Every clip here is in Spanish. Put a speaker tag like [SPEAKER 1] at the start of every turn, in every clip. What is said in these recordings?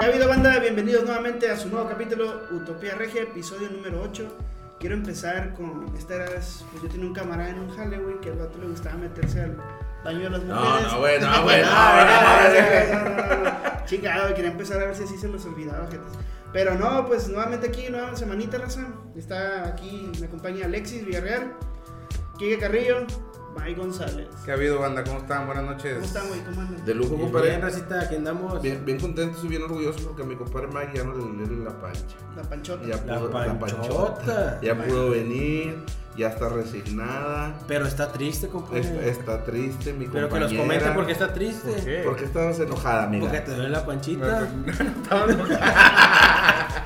[SPEAKER 1] ¿Qué ha habido banda? Bienvenidos nuevamente a su nuevo capítulo Utopía Regia, episodio número 8. Quiero empezar con esta vez, pues yo tenía un camarada en un jale, güey, que al vato le gustaba meterse al baño de las
[SPEAKER 2] No,
[SPEAKER 1] mujeres.
[SPEAKER 2] no, güey, no, güey, no,
[SPEAKER 1] no, no, no, no, no. Chingado, güey, quería empezar a ver si así se los olvidaba, gente. Pero no, pues nuevamente aquí, nueva semanita, raza. Está aquí, me acompaña Alexis Villarreal, Kike Carrillo, May González.
[SPEAKER 3] ¿Qué ha habido, banda? ¿Cómo están? Buenas noches.
[SPEAKER 1] ¿Cómo están, güey? ¿Cómo andan?
[SPEAKER 2] De lujo,
[SPEAKER 3] Bien,
[SPEAKER 2] compadre.
[SPEAKER 3] bien, racita, aquí andamos.
[SPEAKER 2] Bien, bien contento y bien orgulloso porque a mi compadre Mike ya no le duele la pancha.
[SPEAKER 1] La panchota.
[SPEAKER 2] Ya
[SPEAKER 3] La
[SPEAKER 2] pudo, la panchota.
[SPEAKER 3] panchota.
[SPEAKER 2] Ya pudo venir, ya está resignada.
[SPEAKER 4] Pero está triste, compadre.
[SPEAKER 2] es- está triste, mi
[SPEAKER 4] Pero
[SPEAKER 2] compañera.
[SPEAKER 4] que nos comenten porque está triste.
[SPEAKER 3] ¿Por qué?
[SPEAKER 2] ¿Por qué estabas enojada, amiga?
[SPEAKER 4] Porque te duele la panchita.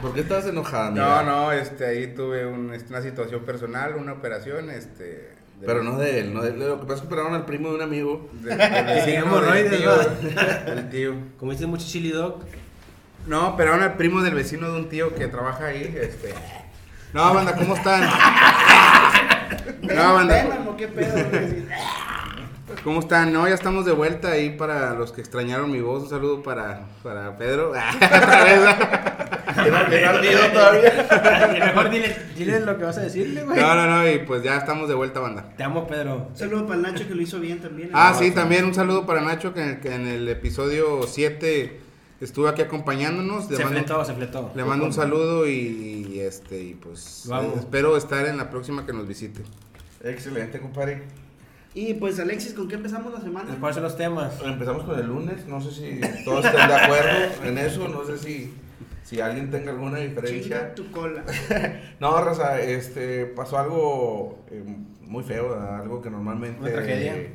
[SPEAKER 2] ¿Por qué estabas enojada, amiga?
[SPEAKER 3] No, no, este, ahí tuve un- este, una situación personal, una operación, este... de-
[SPEAKER 2] Pero no de él, no de él. Lo que pasa es que operaron al primo de un amigo.
[SPEAKER 3] de- del vecino, del
[SPEAKER 4] hemorroides,
[SPEAKER 3] tío, del tío.
[SPEAKER 4] Comiste mucho chili dog.
[SPEAKER 3] No, operaron al primo del vecino de un tío que trabaja ahí, este...
[SPEAKER 2] No, banda, ¿cómo están?
[SPEAKER 3] No, banda,
[SPEAKER 1] Venom, ¿o ¿Qué pedo? güey?
[SPEAKER 3] ¿cómo están? No, ya estamos de vuelta ahí para los que extrañaron mi voz. Un saludo para, para Pedro. Otra vez.
[SPEAKER 2] ¿Qué ardido todavía?
[SPEAKER 4] Mejor dile, dile lo que vas a decirle, güey.
[SPEAKER 3] No, no, no, y pues ya estamos de vuelta, banda.
[SPEAKER 4] Te amo, Pedro.
[SPEAKER 1] Un saludo para el Nacho que lo hizo bien también. ¿eh?
[SPEAKER 3] Ah,
[SPEAKER 1] ¿no?
[SPEAKER 3] sí, también un saludo para Nacho que en el, que en el episodio 7 estuvo aquí acompañándonos. Le
[SPEAKER 4] Se
[SPEAKER 3] mando,
[SPEAKER 4] fletó, se fletó.
[SPEAKER 3] le mando un saludo y, y, este y pues
[SPEAKER 4] Vamos.
[SPEAKER 3] eh, espero estar en la próxima que nos visite.
[SPEAKER 2] Excelente, compadre.
[SPEAKER 1] Y pues Alexis, ¿con qué empezamos la semana?
[SPEAKER 4] ¿Cuáles son los temas?
[SPEAKER 2] Empezamos con el lunes, no sé si todos estén de acuerdo en eso, no sé si, si alguien tenga alguna
[SPEAKER 1] Chinga
[SPEAKER 2] diferencia.
[SPEAKER 1] tu cola.
[SPEAKER 2] No, Raza, este, pasó algo eh, muy feo, ¿verdad? algo que normalmente
[SPEAKER 4] Una tragedia.
[SPEAKER 2] eh,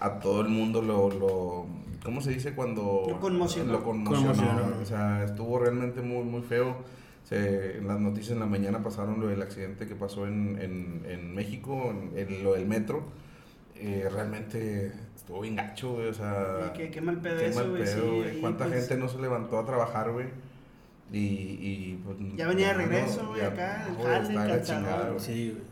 [SPEAKER 2] a todo el mundo lo, lo- ¿cómo se dice? Cuando
[SPEAKER 1] Lo conmocionó.
[SPEAKER 2] Lo conmocionó,
[SPEAKER 4] Conmocionó.
[SPEAKER 2] o sea, estuvo realmente muy, muy feo. Se- en las noticias en la mañana pasaron lo del accidente que pasó en, en- en México, en, en lo del metro. Eh, realmente estuvo bien gacho, güey, o
[SPEAKER 3] Ah,
[SPEAKER 2] sea...
[SPEAKER 1] Qué, qué mal pedo
[SPEAKER 2] Qué
[SPEAKER 1] eso,
[SPEAKER 2] mal
[SPEAKER 1] güey.
[SPEAKER 2] pedo,
[SPEAKER 1] sí,
[SPEAKER 2] güey.
[SPEAKER 1] ahí,
[SPEAKER 2] ¿Cuánta
[SPEAKER 1] pues,
[SPEAKER 2] gente no se levantó a trabajar, güey? Y, y pues,
[SPEAKER 1] Ya venía de
[SPEAKER 2] no,
[SPEAKER 1] regreso,
[SPEAKER 2] no,
[SPEAKER 1] güey,
[SPEAKER 2] ya-
[SPEAKER 1] acá, el
[SPEAKER 2] güey,
[SPEAKER 1] jale,
[SPEAKER 2] está la
[SPEAKER 1] cansadón.
[SPEAKER 2] chingada, güey.
[SPEAKER 4] Sí, güey.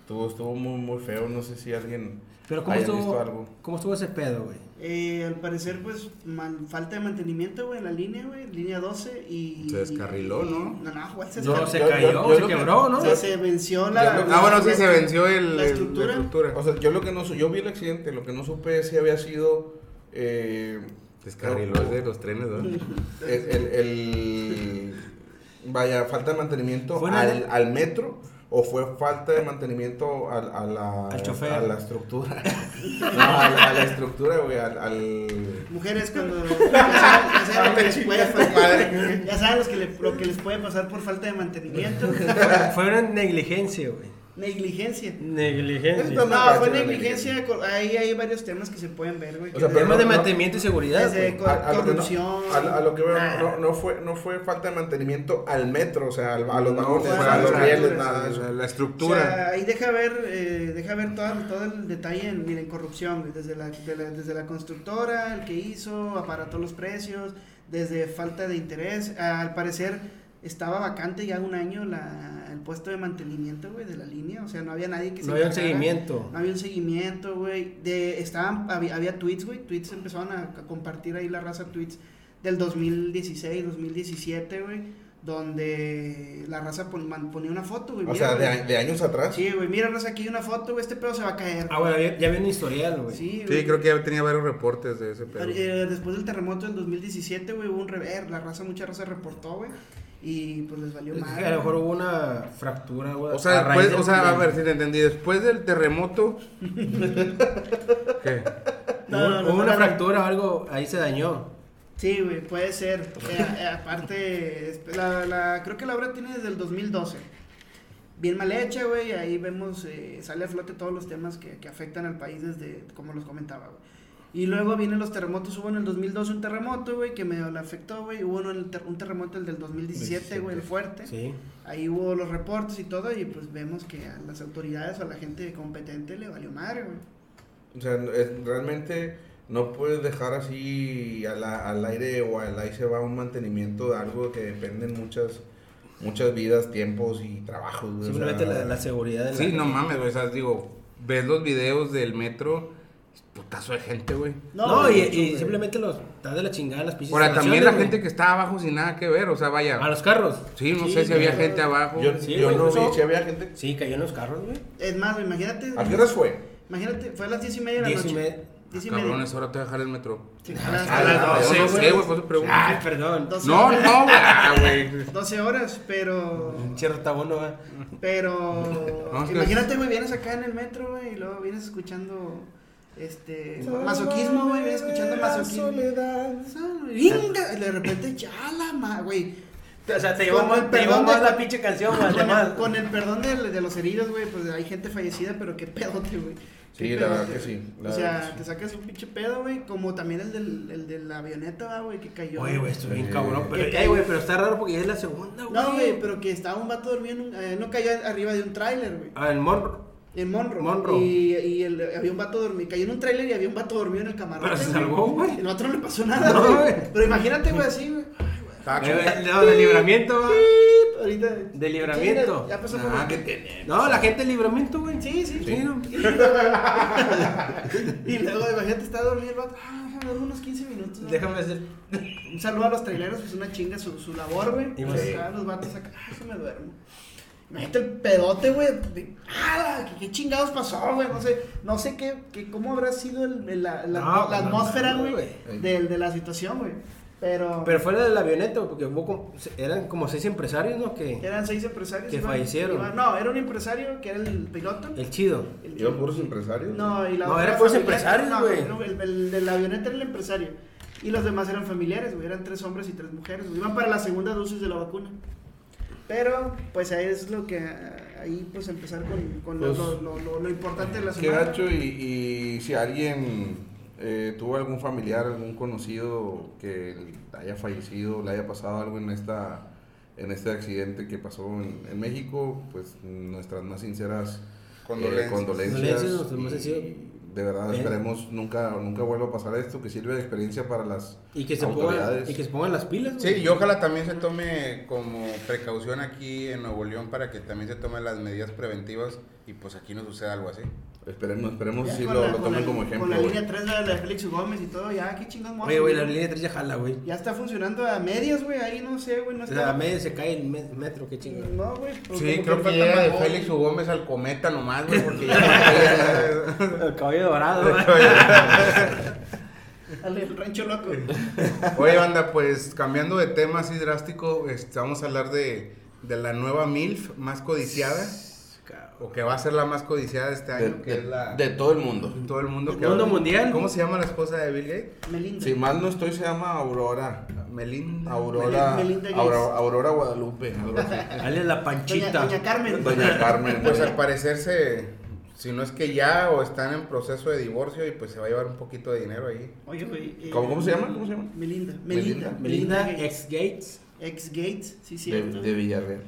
[SPEAKER 2] Estuvo, estuvo muy, muy feo. No sé si alguien
[SPEAKER 4] Pero ¿cómo
[SPEAKER 2] haya visto
[SPEAKER 4] estuvo,
[SPEAKER 2] algo.
[SPEAKER 4] ¿cómo estuvo ese pedo, güey?
[SPEAKER 1] eh, al parecer, pues, man- falta de mantenimiento, güey, en la línea, güey, línea 12 y...
[SPEAKER 3] Se descarriló,
[SPEAKER 1] y-
[SPEAKER 3] ¿no?
[SPEAKER 1] No, no, güey, se,
[SPEAKER 4] No,
[SPEAKER 1] descarriló.
[SPEAKER 4] se
[SPEAKER 2] yo- yo-
[SPEAKER 4] cayó,
[SPEAKER 2] yo
[SPEAKER 4] se
[SPEAKER 2] lo que-
[SPEAKER 4] quebró, ¿no?
[SPEAKER 1] O sea, se venció la...
[SPEAKER 2] Yo lo-
[SPEAKER 3] Ah, bueno, sí, se venció el,
[SPEAKER 1] La
[SPEAKER 3] el-
[SPEAKER 1] estructura.
[SPEAKER 3] la estructura.
[SPEAKER 2] O sea, yo lo que no su- yo vi el accidente, lo que no supe es si había sido eh,
[SPEAKER 3] Descarriló el de los trenes, ¿verdad?
[SPEAKER 2] el, el- el- vaya, falta de mantenimiento
[SPEAKER 4] Fue en
[SPEAKER 2] al,
[SPEAKER 4] el-
[SPEAKER 2] al metro o fue falta de mantenimiento al- a, la
[SPEAKER 4] Al chofer.
[SPEAKER 2] a la estructura. No, a, la, a la estructura, güey, al- al
[SPEAKER 1] Mujeres cuando... ya saben- ya saben lo que les puede
[SPEAKER 2] Chinga tu madre.
[SPEAKER 1] pasar- Ya saben los que le- lo que les puede pasar por falta de mantenimiento.
[SPEAKER 4] Fue una negligencia, güey.
[SPEAKER 1] negligencia.
[SPEAKER 2] Esto
[SPEAKER 4] Negligencia.
[SPEAKER 2] no-
[SPEAKER 1] No, fue
[SPEAKER 2] cacho, la
[SPEAKER 1] negligencia. co- Ahí hay varios temas que se pueden ver, güey.
[SPEAKER 2] O sea,
[SPEAKER 1] que-
[SPEAKER 2] pero
[SPEAKER 4] Temas de
[SPEAKER 2] no-
[SPEAKER 4] mantenimiento y seguridad,
[SPEAKER 1] Desde-
[SPEAKER 4] güey.
[SPEAKER 1] co- corrupción.
[SPEAKER 2] A, lo que no- a- a lo que veo,
[SPEAKER 1] Nah.
[SPEAKER 2] no, no fue, no fue falta de mantenimiento al metro, o sea, al- a los
[SPEAKER 3] No,
[SPEAKER 2] vagones,
[SPEAKER 3] fue
[SPEAKER 1] pues,
[SPEAKER 2] a
[SPEAKER 3] la-
[SPEAKER 2] los
[SPEAKER 3] la-
[SPEAKER 2] rieles,
[SPEAKER 3] la-
[SPEAKER 2] nada de eso.
[SPEAKER 3] la, la
[SPEAKER 1] O sea,
[SPEAKER 3] estructura.
[SPEAKER 1] ahí deja ver, eh, deja ver todo, todo el detalle en, miren, corrupción, güey, desde la, de la- desde la constructora, el que hizo, aparató los precios, desde falta de interés, al parecer estaba vacante ya un año la, el puesto de mantenimiento, güey, de la línea, o sea, no había nadie que
[SPEAKER 4] No había un
[SPEAKER 1] encargara.
[SPEAKER 4] seguimiento.
[SPEAKER 1] No había un seguimiento, güey. De, estaban, había, había tweets, güey. Tweets empezaron a, a compartir ahí la raza tweets del 2016, 2017, güey. Donde la raza pon- man- ponía una foto, güey.
[SPEAKER 2] O
[SPEAKER 1] mira,
[SPEAKER 2] sea, de,
[SPEAKER 1] güey.
[SPEAKER 2] a- de años atrás.
[SPEAKER 1] Sí, güey, mira, raza, aquí hay una foto, güey. Este pedo se va a caer.
[SPEAKER 4] Ah, bueno, ya- ya había un historial, güey.
[SPEAKER 1] sí, güey.
[SPEAKER 3] Sí, creo que ya tenía varios reportes de ese pedo.
[SPEAKER 1] Eh, después del terremoto del 2017, güey, hubo un rever. La raza, mucha raza reportó, güey. Y pues les valió mal.
[SPEAKER 4] Eh, A lo mejor hubo una fractura, güey.
[SPEAKER 3] O sea,
[SPEAKER 4] a raíz
[SPEAKER 3] después,
[SPEAKER 4] del-
[SPEAKER 3] o sea, a ver si te entendí. Después del terremoto. ¿Qué?
[SPEAKER 1] No,
[SPEAKER 4] hubo
[SPEAKER 1] no, no,
[SPEAKER 4] hubo una
[SPEAKER 1] no, no.
[SPEAKER 4] fractura o algo, ahí se dañó.
[SPEAKER 1] Sí, güey, puede ser. Eh, eh, aparte, es- la, la- creo que la obra tiene desde el 2012. Bien mal hecha, güey. Ahí vemos, eh, sale a flote todos los temas que, que afectan al país desde, como los comentaba, güey. Y luego vienen los terremotos. Hubo en el 2012 un terremoto, güey, que medio le afectó, güey. Hubo uno en el ter- un terremoto, el del 2017, güey, el fuerte.
[SPEAKER 4] Sí.
[SPEAKER 1] Ahí hubo los reportes y todo, y pues vemos que a las autoridades o a la gente competente le valió madre, güey.
[SPEAKER 2] O sea, no- es- realmente no puedes dejar así a la- al aire o al aire se va un mantenimiento de algo que dependen muchas muchas vidas, tiempos y trabajos. güey, o sea,
[SPEAKER 4] Simplemente la, la seguridad de la-
[SPEAKER 3] Sí, no mames, güey. O sea, digo, ves los videos del metro. putazo de gente, güey.
[SPEAKER 4] No, y, y simplemente los está de la chingada las pinches.
[SPEAKER 3] Ahora, también la
[SPEAKER 4] estaciones,
[SPEAKER 3] gente que estaba abajo sin nada que ver, o sea, vaya.
[SPEAKER 4] güey. A los carros.
[SPEAKER 3] Sí, no
[SPEAKER 1] Sí,
[SPEAKER 3] sé si había
[SPEAKER 1] claro.
[SPEAKER 3] gente abajo.
[SPEAKER 2] Yo,
[SPEAKER 4] Sí,
[SPEAKER 2] yo
[SPEAKER 4] güey,
[SPEAKER 2] no vi
[SPEAKER 4] incluso-
[SPEAKER 2] si había gente.
[SPEAKER 4] Sí, cayó en los carros, güey.
[SPEAKER 1] Es más, güey, imagínate.
[SPEAKER 2] ¿A qué horas fue?
[SPEAKER 1] Imagínate, fue a las 10 y media de la
[SPEAKER 4] Diez y Ah,
[SPEAKER 1] noche.
[SPEAKER 4] media.
[SPEAKER 1] Diez y media.
[SPEAKER 3] Ah, Cabrones, ahora te voy a dejar el metro.
[SPEAKER 1] Sí, a las-
[SPEAKER 2] Ah,
[SPEAKER 1] a las
[SPEAKER 2] no,
[SPEAKER 3] yo
[SPEAKER 2] doce,
[SPEAKER 3] no sé,
[SPEAKER 1] horas.
[SPEAKER 3] güey, por eso pregunto.
[SPEAKER 4] Ay, perdón.
[SPEAKER 1] Doce
[SPEAKER 3] No,
[SPEAKER 1] horas.
[SPEAKER 3] no, güey. Ah, güey.
[SPEAKER 1] 12 horas, pero.
[SPEAKER 4] Un chierro tabono, güey.
[SPEAKER 1] Pero.
[SPEAKER 3] Vamos,
[SPEAKER 1] imagínate, güey, vienes acá en el metro, güey, y luego vienes escuchando. Este. Masoquismo, güey, vienes escuchando masoquismo. Vinga, y de repente, chala, ma, güey.
[SPEAKER 4] O sea, te
[SPEAKER 1] llevó Con el más- te llevó perdón más de- la
[SPEAKER 4] pinche canción,
[SPEAKER 1] Con el, con el perdón de, de los heridos, güey, pues hay gente fallecida, pero qué pedote, güey.
[SPEAKER 2] Sí,
[SPEAKER 1] Qué
[SPEAKER 2] la verdad
[SPEAKER 1] pedote,
[SPEAKER 2] que sí,
[SPEAKER 1] güey.
[SPEAKER 2] la
[SPEAKER 1] O
[SPEAKER 2] verdad
[SPEAKER 1] sea,
[SPEAKER 2] que
[SPEAKER 1] te sacas un pinche pedo, güey, como también el, del, el de la avioneta, güey, que cayó.
[SPEAKER 4] Oye, güey, estoy bien cabrón.
[SPEAKER 1] Que
[SPEAKER 4] Pero,
[SPEAKER 1] cayó.
[SPEAKER 4] eh, güey, pero está raro porque ya es la segunda, güey.
[SPEAKER 1] No, güey, pero que estaba un vato dormido, en un- eh, no cayó arriba de un tráiler, güey.
[SPEAKER 4] Ah, el Monro.
[SPEAKER 1] En Monroe.
[SPEAKER 4] Monroe.
[SPEAKER 1] Y, y el, había un vato dormido, cayó en un tráiler y había un vato dormido en el camarote.
[SPEAKER 4] Pero se
[SPEAKER 1] güey.
[SPEAKER 4] salvó, güey.
[SPEAKER 1] El vato no le pasó nada,
[SPEAKER 4] No,
[SPEAKER 1] güey.
[SPEAKER 4] güey.
[SPEAKER 1] Pero imagínate, güey, así, güey.
[SPEAKER 3] Ah,
[SPEAKER 2] Estaba
[SPEAKER 4] Eh,
[SPEAKER 2] chingada.
[SPEAKER 4] güey, No, de libramiento, güey.
[SPEAKER 1] Pip, Ahorita.
[SPEAKER 4] De libramiento.
[SPEAKER 1] Ya pasó
[SPEAKER 2] Ah,
[SPEAKER 1] por
[SPEAKER 2] ¿qué tiene?
[SPEAKER 4] No, la gente de libramiento, güey.
[SPEAKER 1] Sí, sí.
[SPEAKER 4] Sí, no.
[SPEAKER 1] Y luego, imagínate, está dormido el vato. Ah, dame unos 15 minutos. ¿no?
[SPEAKER 4] Déjame hacer.
[SPEAKER 1] Un saludo a los traileros, pues una chinga su, su labor, güey.
[SPEAKER 4] Y pues,
[SPEAKER 1] Y
[SPEAKER 4] más.
[SPEAKER 1] acá los vatos acá, ah, se me duermo. Imagínate el pedote, güey. de- ¡Ah! ¿Qué, qué chingados pasó, güey? No sé, no sé qué, qué cómo habrá sido el- el- la, la-
[SPEAKER 4] No, pues,
[SPEAKER 1] la
[SPEAKER 4] no,
[SPEAKER 1] atmósfera,
[SPEAKER 4] no,
[SPEAKER 1] güey,
[SPEAKER 4] güey.
[SPEAKER 1] del- de, la situación, güey. Pero,
[SPEAKER 4] Pero fue la de la avioneta, güey, porque hubo como- eran como seis empresarios, ¿no? Que
[SPEAKER 1] eran seis empresarios.
[SPEAKER 4] Que
[SPEAKER 1] iban-
[SPEAKER 4] fallecieron.
[SPEAKER 1] iban- no, era un empresario que era el piloto.
[SPEAKER 4] el chido.
[SPEAKER 1] el-
[SPEAKER 2] ¿Iban puros empresarios?
[SPEAKER 1] No, y la
[SPEAKER 4] No,
[SPEAKER 1] otra
[SPEAKER 4] eran puros
[SPEAKER 1] familia-
[SPEAKER 4] empresarios,
[SPEAKER 1] no,
[SPEAKER 4] güey.
[SPEAKER 1] no, el, el de la avioneta era el empresario. Y los demás eran familiares, güey. Eran tres hombres y tres mujeres. güey. Iban para la segunda dosis de la vacuna. Pero, pues ahí es lo que. ah, Ahí, pues empezar con, con lo-
[SPEAKER 2] Pues,
[SPEAKER 1] lo, lo- lo- lo importante de la
[SPEAKER 2] Qué
[SPEAKER 1] semana.
[SPEAKER 2] gacho y, y si alguien eh, tuvo algún familiar, algún conocido que haya fallecido, le haya pasado algo en esta en este accidente que pasó en, en México, pues nuestras más sinceras eh,
[SPEAKER 3] Condolencias.
[SPEAKER 2] condolencias
[SPEAKER 4] Condolencias, nuestras más
[SPEAKER 2] y
[SPEAKER 4] sinceras.
[SPEAKER 2] de verdad
[SPEAKER 4] Eh.
[SPEAKER 2] esperemos nunca nunca vuelva a pasar esto, que sirve de experiencia para las
[SPEAKER 4] Y que se
[SPEAKER 2] Autoridades.
[SPEAKER 4] pongan, y que se pongan las pilas, güey.
[SPEAKER 3] Sí, y ojalá también se tome como precaución aquí en Nuevo León para que también se tomen las medidas preventivas y pues aquí no suceda algo así.
[SPEAKER 2] esperemos esperemos
[SPEAKER 1] Ya
[SPEAKER 2] si
[SPEAKER 1] con
[SPEAKER 2] lo,
[SPEAKER 1] la-
[SPEAKER 2] lo
[SPEAKER 1] con
[SPEAKER 2] tomen
[SPEAKER 1] la-
[SPEAKER 2] como ejemplo.
[SPEAKER 1] Con la
[SPEAKER 2] güey.
[SPEAKER 1] línea 3 de la de Félix Gómez y todo, ya, qué chingados vamos a
[SPEAKER 4] Oye, güey, la
[SPEAKER 1] hacer,
[SPEAKER 4] línea 3 ya jala, güey.
[SPEAKER 1] Ya está funcionando a medias, güey. Ahí no sé, güey. No
[SPEAKER 4] O
[SPEAKER 1] está.
[SPEAKER 4] sea, a medio se cae el me- metro, qué chingada.
[SPEAKER 1] No, güey. pues,
[SPEAKER 3] Sí,
[SPEAKER 1] como
[SPEAKER 3] creo que
[SPEAKER 1] falta
[SPEAKER 3] llega
[SPEAKER 1] más
[SPEAKER 3] de
[SPEAKER 1] gol.
[SPEAKER 3] Félix U. Gómez al cometa nomás, güey, porque ya
[SPEAKER 4] El caballo dorado, güey.
[SPEAKER 1] Al del rancho loco.
[SPEAKER 3] Oye, banda, pues cambiando de tema así drástico, este, vamos a hablar de, de la nueva MILF más codiciada, o que va a ser la más codiciada este
[SPEAKER 2] de,
[SPEAKER 3] año, que
[SPEAKER 2] de-
[SPEAKER 3] es la...
[SPEAKER 2] de todo el mundo.
[SPEAKER 3] en todo el mundo.
[SPEAKER 4] del
[SPEAKER 3] que
[SPEAKER 4] mundo
[SPEAKER 3] habla-
[SPEAKER 4] mundial.
[SPEAKER 3] ¿Cómo se llama la esposa de Bill Gates?
[SPEAKER 1] Melinda.
[SPEAKER 2] Si mal no estoy se llama Aurora.
[SPEAKER 3] Melinda.
[SPEAKER 2] Aurora,
[SPEAKER 1] Melinda Gates.
[SPEAKER 2] Aurora, Aurora Guadalupe, algo así.
[SPEAKER 4] Dale la
[SPEAKER 1] Doña,
[SPEAKER 4] panchita.
[SPEAKER 1] Doña Carmen.
[SPEAKER 2] Doña Carmen.
[SPEAKER 3] Pues
[SPEAKER 2] güey.
[SPEAKER 3] al parecer se, si no es que ya o están en proceso de divorcio y pues se va a llevar un poquito de dinero ahí.
[SPEAKER 1] Oye, güey. eh,
[SPEAKER 2] ¿Cómo- cómo se llama? ¿Cómo se llama?
[SPEAKER 1] Melinda.
[SPEAKER 2] Melinda.
[SPEAKER 1] Melinda.
[SPEAKER 4] Melinda
[SPEAKER 1] Gates.
[SPEAKER 4] ex Gates.
[SPEAKER 1] Ex Gates, sí, sí.
[SPEAKER 2] de, de Villarreal.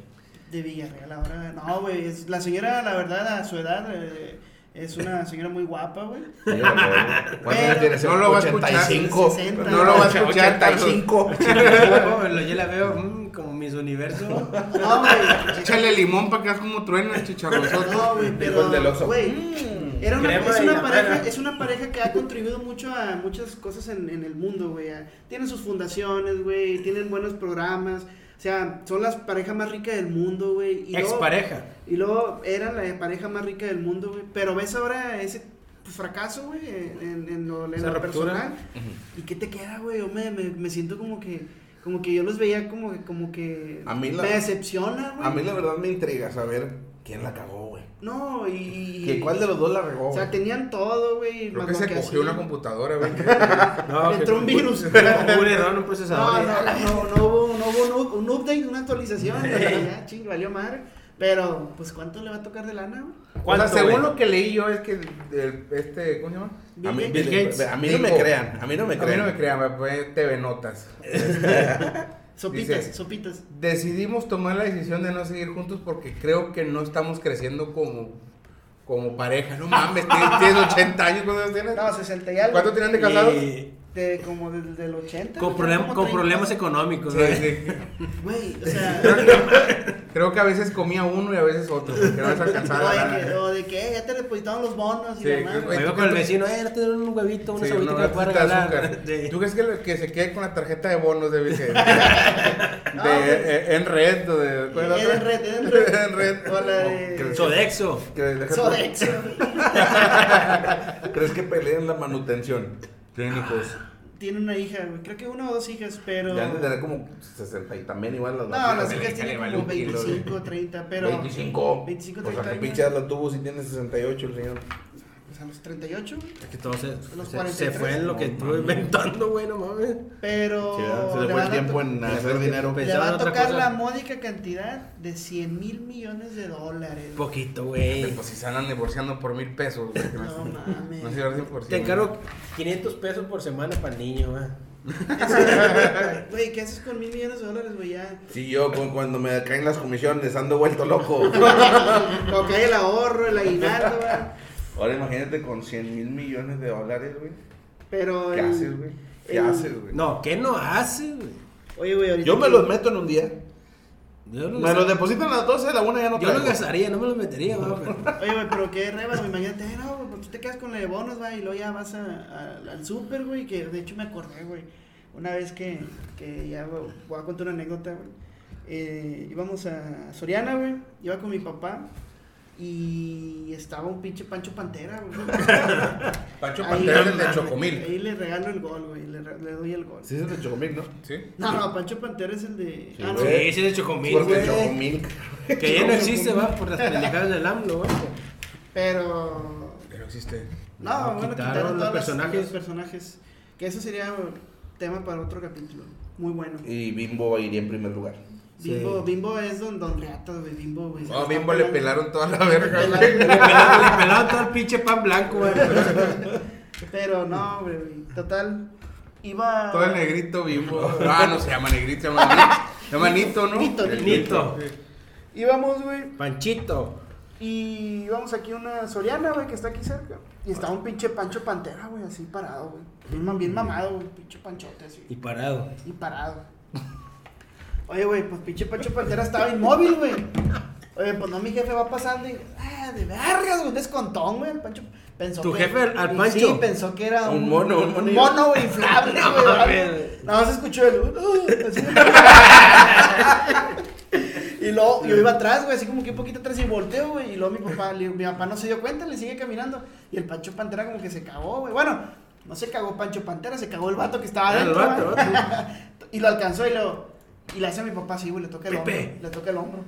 [SPEAKER 1] De Villarreal ahora. No, güey. es- La señora, la verdad, a su edad, eh, es una señora muy guapa, güey.
[SPEAKER 2] ¿Cuántos años
[SPEAKER 1] Pero-
[SPEAKER 2] tienes?
[SPEAKER 3] No lo va a escuchar.
[SPEAKER 2] 85.
[SPEAKER 1] 60.
[SPEAKER 2] No lo va a escuchar.
[SPEAKER 3] 85.
[SPEAKER 2] 85.
[SPEAKER 4] Lo- Yo la veo mm, como mis universos.
[SPEAKER 1] No, güey.
[SPEAKER 3] Échale limón para que hagas como truena el chicharronzote.
[SPEAKER 1] No, güey,
[SPEAKER 2] Dijo el del
[SPEAKER 1] pero.
[SPEAKER 2] oso.
[SPEAKER 1] Güey. Era una,
[SPEAKER 4] Crema
[SPEAKER 1] es,
[SPEAKER 4] y
[SPEAKER 1] una
[SPEAKER 4] la
[SPEAKER 1] pareja,
[SPEAKER 4] mera.
[SPEAKER 1] es una pareja que ha contribuido mucho a muchas cosas en, en el mundo, güey. a- Tienen sus fundaciones, güey. Tienen buenos programas. O sea, son las parejas más ricas del mundo, güey. y
[SPEAKER 4] Ex
[SPEAKER 1] luego-
[SPEAKER 4] pareja.
[SPEAKER 1] Y luego era la pareja más rica del mundo, güey. Pero ves ahora ese fracaso, güey, en, en lo, en
[SPEAKER 4] Esa
[SPEAKER 1] lo
[SPEAKER 4] ruptura.
[SPEAKER 1] personal. ¿Y qué te queda, güey? Yo me, me, me siento como que, como que yo los veía como, que- como que
[SPEAKER 2] A mí la-
[SPEAKER 1] me decepciona, güey.
[SPEAKER 2] A mí la verdad me intriga saber quién la cagó, güey.
[SPEAKER 1] No, y...
[SPEAKER 2] ¿Que ¿Cuál de los dos la regó?
[SPEAKER 1] O sea,
[SPEAKER 2] güey?
[SPEAKER 1] tenían todo, güey.
[SPEAKER 3] Creo
[SPEAKER 1] más
[SPEAKER 3] que
[SPEAKER 1] lo
[SPEAKER 3] se
[SPEAKER 1] que
[SPEAKER 3] cogió
[SPEAKER 1] hacían.
[SPEAKER 3] una computadora, güey.
[SPEAKER 4] No,
[SPEAKER 1] Entró
[SPEAKER 4] que-
[SPEAKER 1] un virus.
[SPEAKER 4] Un error, un
[SPEAKER 1] No,
[SPEAKER 4] procesador.
[SPEAKER 1] no, no, no hubo, no hubo un up- un update, una actualización. güey, ya, ching, valió madre. Pero, pues, ¿cuánto le va a tocar de lana, güey?
[SPEAKER 3] O sea,
[SPEAKER 4] ¿Cuánto,
[SPEAKER 3] según
[SPEAKER 4] güey?
[SPEAKER 3] lo que leí yo es que el- este, ¿cómo se llama?
[SPEAKER 2] a mí,
[SPEAKER 1] Bill
[SPEAKER 4] Gates.
[SPEAKER 2] a mí no me
[SPEAKER 3] Digo,
[SPEAKER 2] crean. A mí no me
[SPEAKER 3] A mí
[SPEAKER 2] crean.
[SPEAKER 3] no me crean, güey, fue TV Notas.
[SPEAKER 1] Sopitas,
[SPEAKER 3] dice-
[SPEAKER 1] sopitas.
[SPEAKER 3] Decidimos tomar la decisión de no seguir juntos porque creo que no estamos creciendo como, como pareja. No mames, tienes, tienes 80 años, ¿cuántos años tienes?
[SPEAKER 1] No, 60 y algo.
[SPEAKER 3] ¿Cuánto tienen de casados?
[SPEAKER 4] Y-
[SPEAKER 1] de como desde el 80.
[SPEAKER 4] Con,
[SPEAKER 1] ¿no?
[SPEAKER 4] problem-
[SPEAKER 1] Como
[SPEAKER 4] con
[SPEAKER 1] 30.
[SPEAKER 4] problemas económicos,
[SPEAKER 3] Sí,
[SPEAKER 4] ¿no?
[SPEAKER 3] sí.
[SPEAKER 1] Güey, o sea,
[SPEAKER 3] Creo que a veces comía uno y a veces otro, porque no les alcanzaba la
[SPEAKER 1] o de que,
[SPEAKER 3] lana.
[SPEAKER 1] o de que "Eh, ya te depositaron los bonos y
[SPEAKER 3] Sí,
[SPEAKER 1] la madre.
[SPEAKER 3] güey.
[SPEAKER 4] Me iba con el vecino, eh, no te dieron un huevito, una
[SPEAKER 3] Sí,
[SPEAKER 4] agüita que
[SPEAKER 3] una
[SPEAKER 4] me puedas
[SPEAKER 3] latita de
[SPEAKER 4] regalar.
[SPEAKER 3] azúcar.
[SPEAKER 4] Sí.
[SPEAKER 3] ¿Tú crees que, lo- que se quede con la tarjeta de bonos de, de,
[SPEAKER 1] No,
[SPEAKER 3] de-
[SPEAKER 1] güey.
[SPEAKER 3] eh, en red? o de- ¿cuál es la otra?
[SPEAKER 1] En red, en red.
[SPEAKER 3] En red.
[SPEAKER 1] O la
[SPEAKER 3] Oh, que-
[SPEAKER 1] de.
[SPEAKER 4] Sodexo.
[SPEAKER 3] que deja-
[SPEAKER 1] Sodexo.
[SPEAKER 2] ¿Crees que peleen la manutención?
[SPEAKER 1] Ah,
[SPEAKER 2] Clínicos.
[SPEAKER 1] Tiene una hija, güey. Creo que una o dos hijas, pero.
[SPEAKER 2] Ya han de tener como 60 y también igual las
[SPEAKER 1] No, las
[SPEAKER 2] vacas.
[SPEAKER 1] hijas tienen
[SPEAKER 3] vale
[SPEAKER 1] como
[SPEAKER 3] un kilo,
[SPEAKER 1] 25, 30, pero.
[SPEAKER 2] 25.
[SPEAKER 1] 25,
[SPEAKER 2] O
[SPEAKER 1] 30
[SPEAKER 2] sea, que
[SPEAKER 1] años.
[SPEAKER 2] pinche la tuvo si tiene 68 el señor.
[SPEAKER 1] O sea, los 38, güey.
[SPEAKER 4] Es que todo se,
[SPEAKER 1] Los
[SPEAKER 4] se-
[SPEAKER 1] 43.
[SPEAKER 4] se fue en lo que
[SPEAKER 2] No,
[SPEAKER 4] estuve
[SPEAKER 2] mames.
[SPEAKER 4] inventando, güey, no mames.
[SPEAKER 1] Pero.
[SPEAKER 2] Sí, ¿verdad? se le fue
[SPEAKER 1] van
[SPEAKER 2] el
[SPEAKER 1] a
[SPEAKER 2] tiempo
[SPEAKER 1] to-
[SPEAKER 2] en
[SPEAKER 4] Pensaba
[SPEAKER 2] hacer
[SPEAKER 4] que-
[SPEAKER 2] dinero.
[SPEAKER 1] Le
[SPEAKER 4] Pensaba
[SPEAKER 1] va
[SPEAKER 4] en
[SPEAKER 1] a
[SPEAKER 4] otra
[SPEAKER 1] tocar
[SPEAKER 4] cosa.
[SPEAKER 1] la módica cantidad de 100 mil millones de dólares.
[SPEAKER 4] Poquito, güey.
[SPEAKER 3] Pues si se andan divorciando por mil pesos. güey, que No,
[SPEAKER 1] No mames.
[SPEAKER 3] no se divorcien por
[SPEAKER 4] Te
[SPEAKER 3] cien.
[SPEAKER 4] encargo 500 pesos por semana para el niño, güey.
[SPEAKER 1] Güey, ¿qué haces con mil millones de dólares, güey? Ya.
[SPEAKER 2] Sí, yo cu- cuando me caen las comisiones ando vuelto loco.
[SPEAKER 1] Lo que hay el ahorro, el aguinaldo, güey.
[SPEAKER 2] Ahora imagínate con 100 mil millones de dólares, güey.
[SPEAKER 1] Pero.
[SPEAKER 2] ¿Qué
[SPEAKER 1] el-
[SPEAKER 2] haces, güey? ¿Qué
[SPEAKER 1] el-
[SPEAKER 2] haces, güey?
[SPEAKER 4] No, ¿qué no hace, güey?
[SPEAKER 1] Oye, güey, ahorita.
[SPEAKER 2] Yo me
[SPEAKER 1] que-
[SPEAKER 2] los meto en un día.
[SPEAKER 4] Yo no
[SPEAKER 2] Me los depositan a las 12, a la 1 ya no
[SPEAKER 4] Yo lo
[SPEAKER 2] traigo.
[SPEAKER 4] gastaría, no me lo metería, güey. pero-
[SPEAKER 1] Oye, güey, pero qué reba, güey. Imagínate, eh, no, güey, pues tú te quedas con la de bonos, güey, y luego ya vas a, a- al súper, güey. Que de hecho me acordé, güey. Una vez que, que ya güey, voy a contar una anécdota, güey. Eh, íbamos a Soriana, güey. Iba con mi papá. Y estaba un pinche Pancho Pantera, güey.
[SPEAKER 3] Pancho
[SPEAKER 1] Ahí
[SPEAKER 3] Pantera es
[SPEAKER 1] le-
[SPEAKER 3] el de Chocomil.
[SPEAKER 1] Ahí le regalo el gol, güey. Le, re- le doy el gol.
[SPEAKER 2] Sí, es de Chocomil, ¿no?
[SPEAKER 3] ¿Sí?
[SPEAKER 1] No, no, Pancho Pantera es el de.
[SPEAKER 2] Sí,
[SPEAKER 1] ah, no.
[SPEAKER 2] güey.
[SPEAKER 4] Sí, sí, de Chocomil,
[SPEAKER 2] Porque
[SPEAKER 4] güey.
[SPEAKER 2] Chocomil.
[SPEAKER 4] Que ya no existe, va, por las pendejadas del AMLO, güey.
[SPEAKER 1] Pero.
[SPEAKER 3] Que no existe.
[SPEAKER 1] No, bueno,
[SPEAKER 4] quitaron
[SPEAKER 1] quitaron
[SPEAKER 4] los
[SPEAKER 1] todos
[SPEAKER 4] personajes.
[SPEAKER 1] los personajes. Que eso sería tema para otro capítulo. Muy bueno.
[SPEAKER 2] Y Bimbo iría en primer lugar.
[SPEAKER 4] Sí.
[SPEAKER 1] Bimbo, Bimbo es don, don Reato, güey. Bimbo, güey.
[SPEAKER 3] No, Bimbo le pelaron toda la verga.
[SPEAKER 1] Le
[SPEAKER 3] güey.
[SPEAKER 4] Le pelaban, le pelaban todo el pinche pan blanco, güey.
[SPEAKER 1] Pero no, güey. Total. Iba.
[SPEAKER 3] Todo el negrito Bimbo. Ah, no se llama negrito, se llama Nito. Se llama Nito, ¿no?
[SPEAKER 1] Nito,
[SPEAKER 3] El
[SPEAKER 4] Nito.
[SPEAKER 3] Sí.
[SPEAKER 1] Íbamos, güey.
[SPEAKER 4] Panchito.
[SPEAKER 1] Y íbamos aquí a una Soriana, güey, que está aquí cerca. Y estaba un pinche Pancho Pantera, güey, así parado, güey. Bien, ma- bien mamado, güey. Pinche panchote, así.
[SPEAKER 4] Y parado.
[SPEAKER 1] y parado. Oye, güey, pues pinche Pancho Pantera estaba inmóvil, güey. Oye, pues no, mi jefe va pasando y. ¡Ah, de vergas, güey! Un descontón, güey. El Pancho pensó
[SPEAKER 4] ¿Tu
[SPEAKER 1] que.
[SPEAKER 4] jefe al- al
[SPEAKER 1] y
[SPEAKER 4] Pancho?
[SPEAKER 1] Sí, pensó que era
[SPEAKER 2] Un mono, un
[SPEAKER 1] Un
[SPEAKER 2] monillo.
[SPEAKER 1] mono, güey, inflable,
[SPEAKER 4] No
[SPEAKER 1] güey.
[SPEAKER 4] mames.
[SPEAKER 1] Nada más escuchó el. "Uh", así. Y luego yo iba atrás, güey, así como que un poquito atrás y volteo, güey. Y luego mi papá, le- mi papá no se dio cuenta, le sigue caminando. Y el Pancho Pantera como que se cagó, güey. Bueno, no se cagó Pancho Pantera, se cagó el vato que estaba
[SPEAKER 4] Ah, el
[SPEAKER 1] adentro.
[SPEAKER 4] vato,
[SPEAKER 1] ¿va?
[SPEAKER 4] vato.
[SPEAKER 1] Y lo alcanzó y lo. Y le hace a mi papá así, güey, le toca el
[SPEAKER 4] Pepe.
[SPEAKER 1] hombro. Le toca el hombro.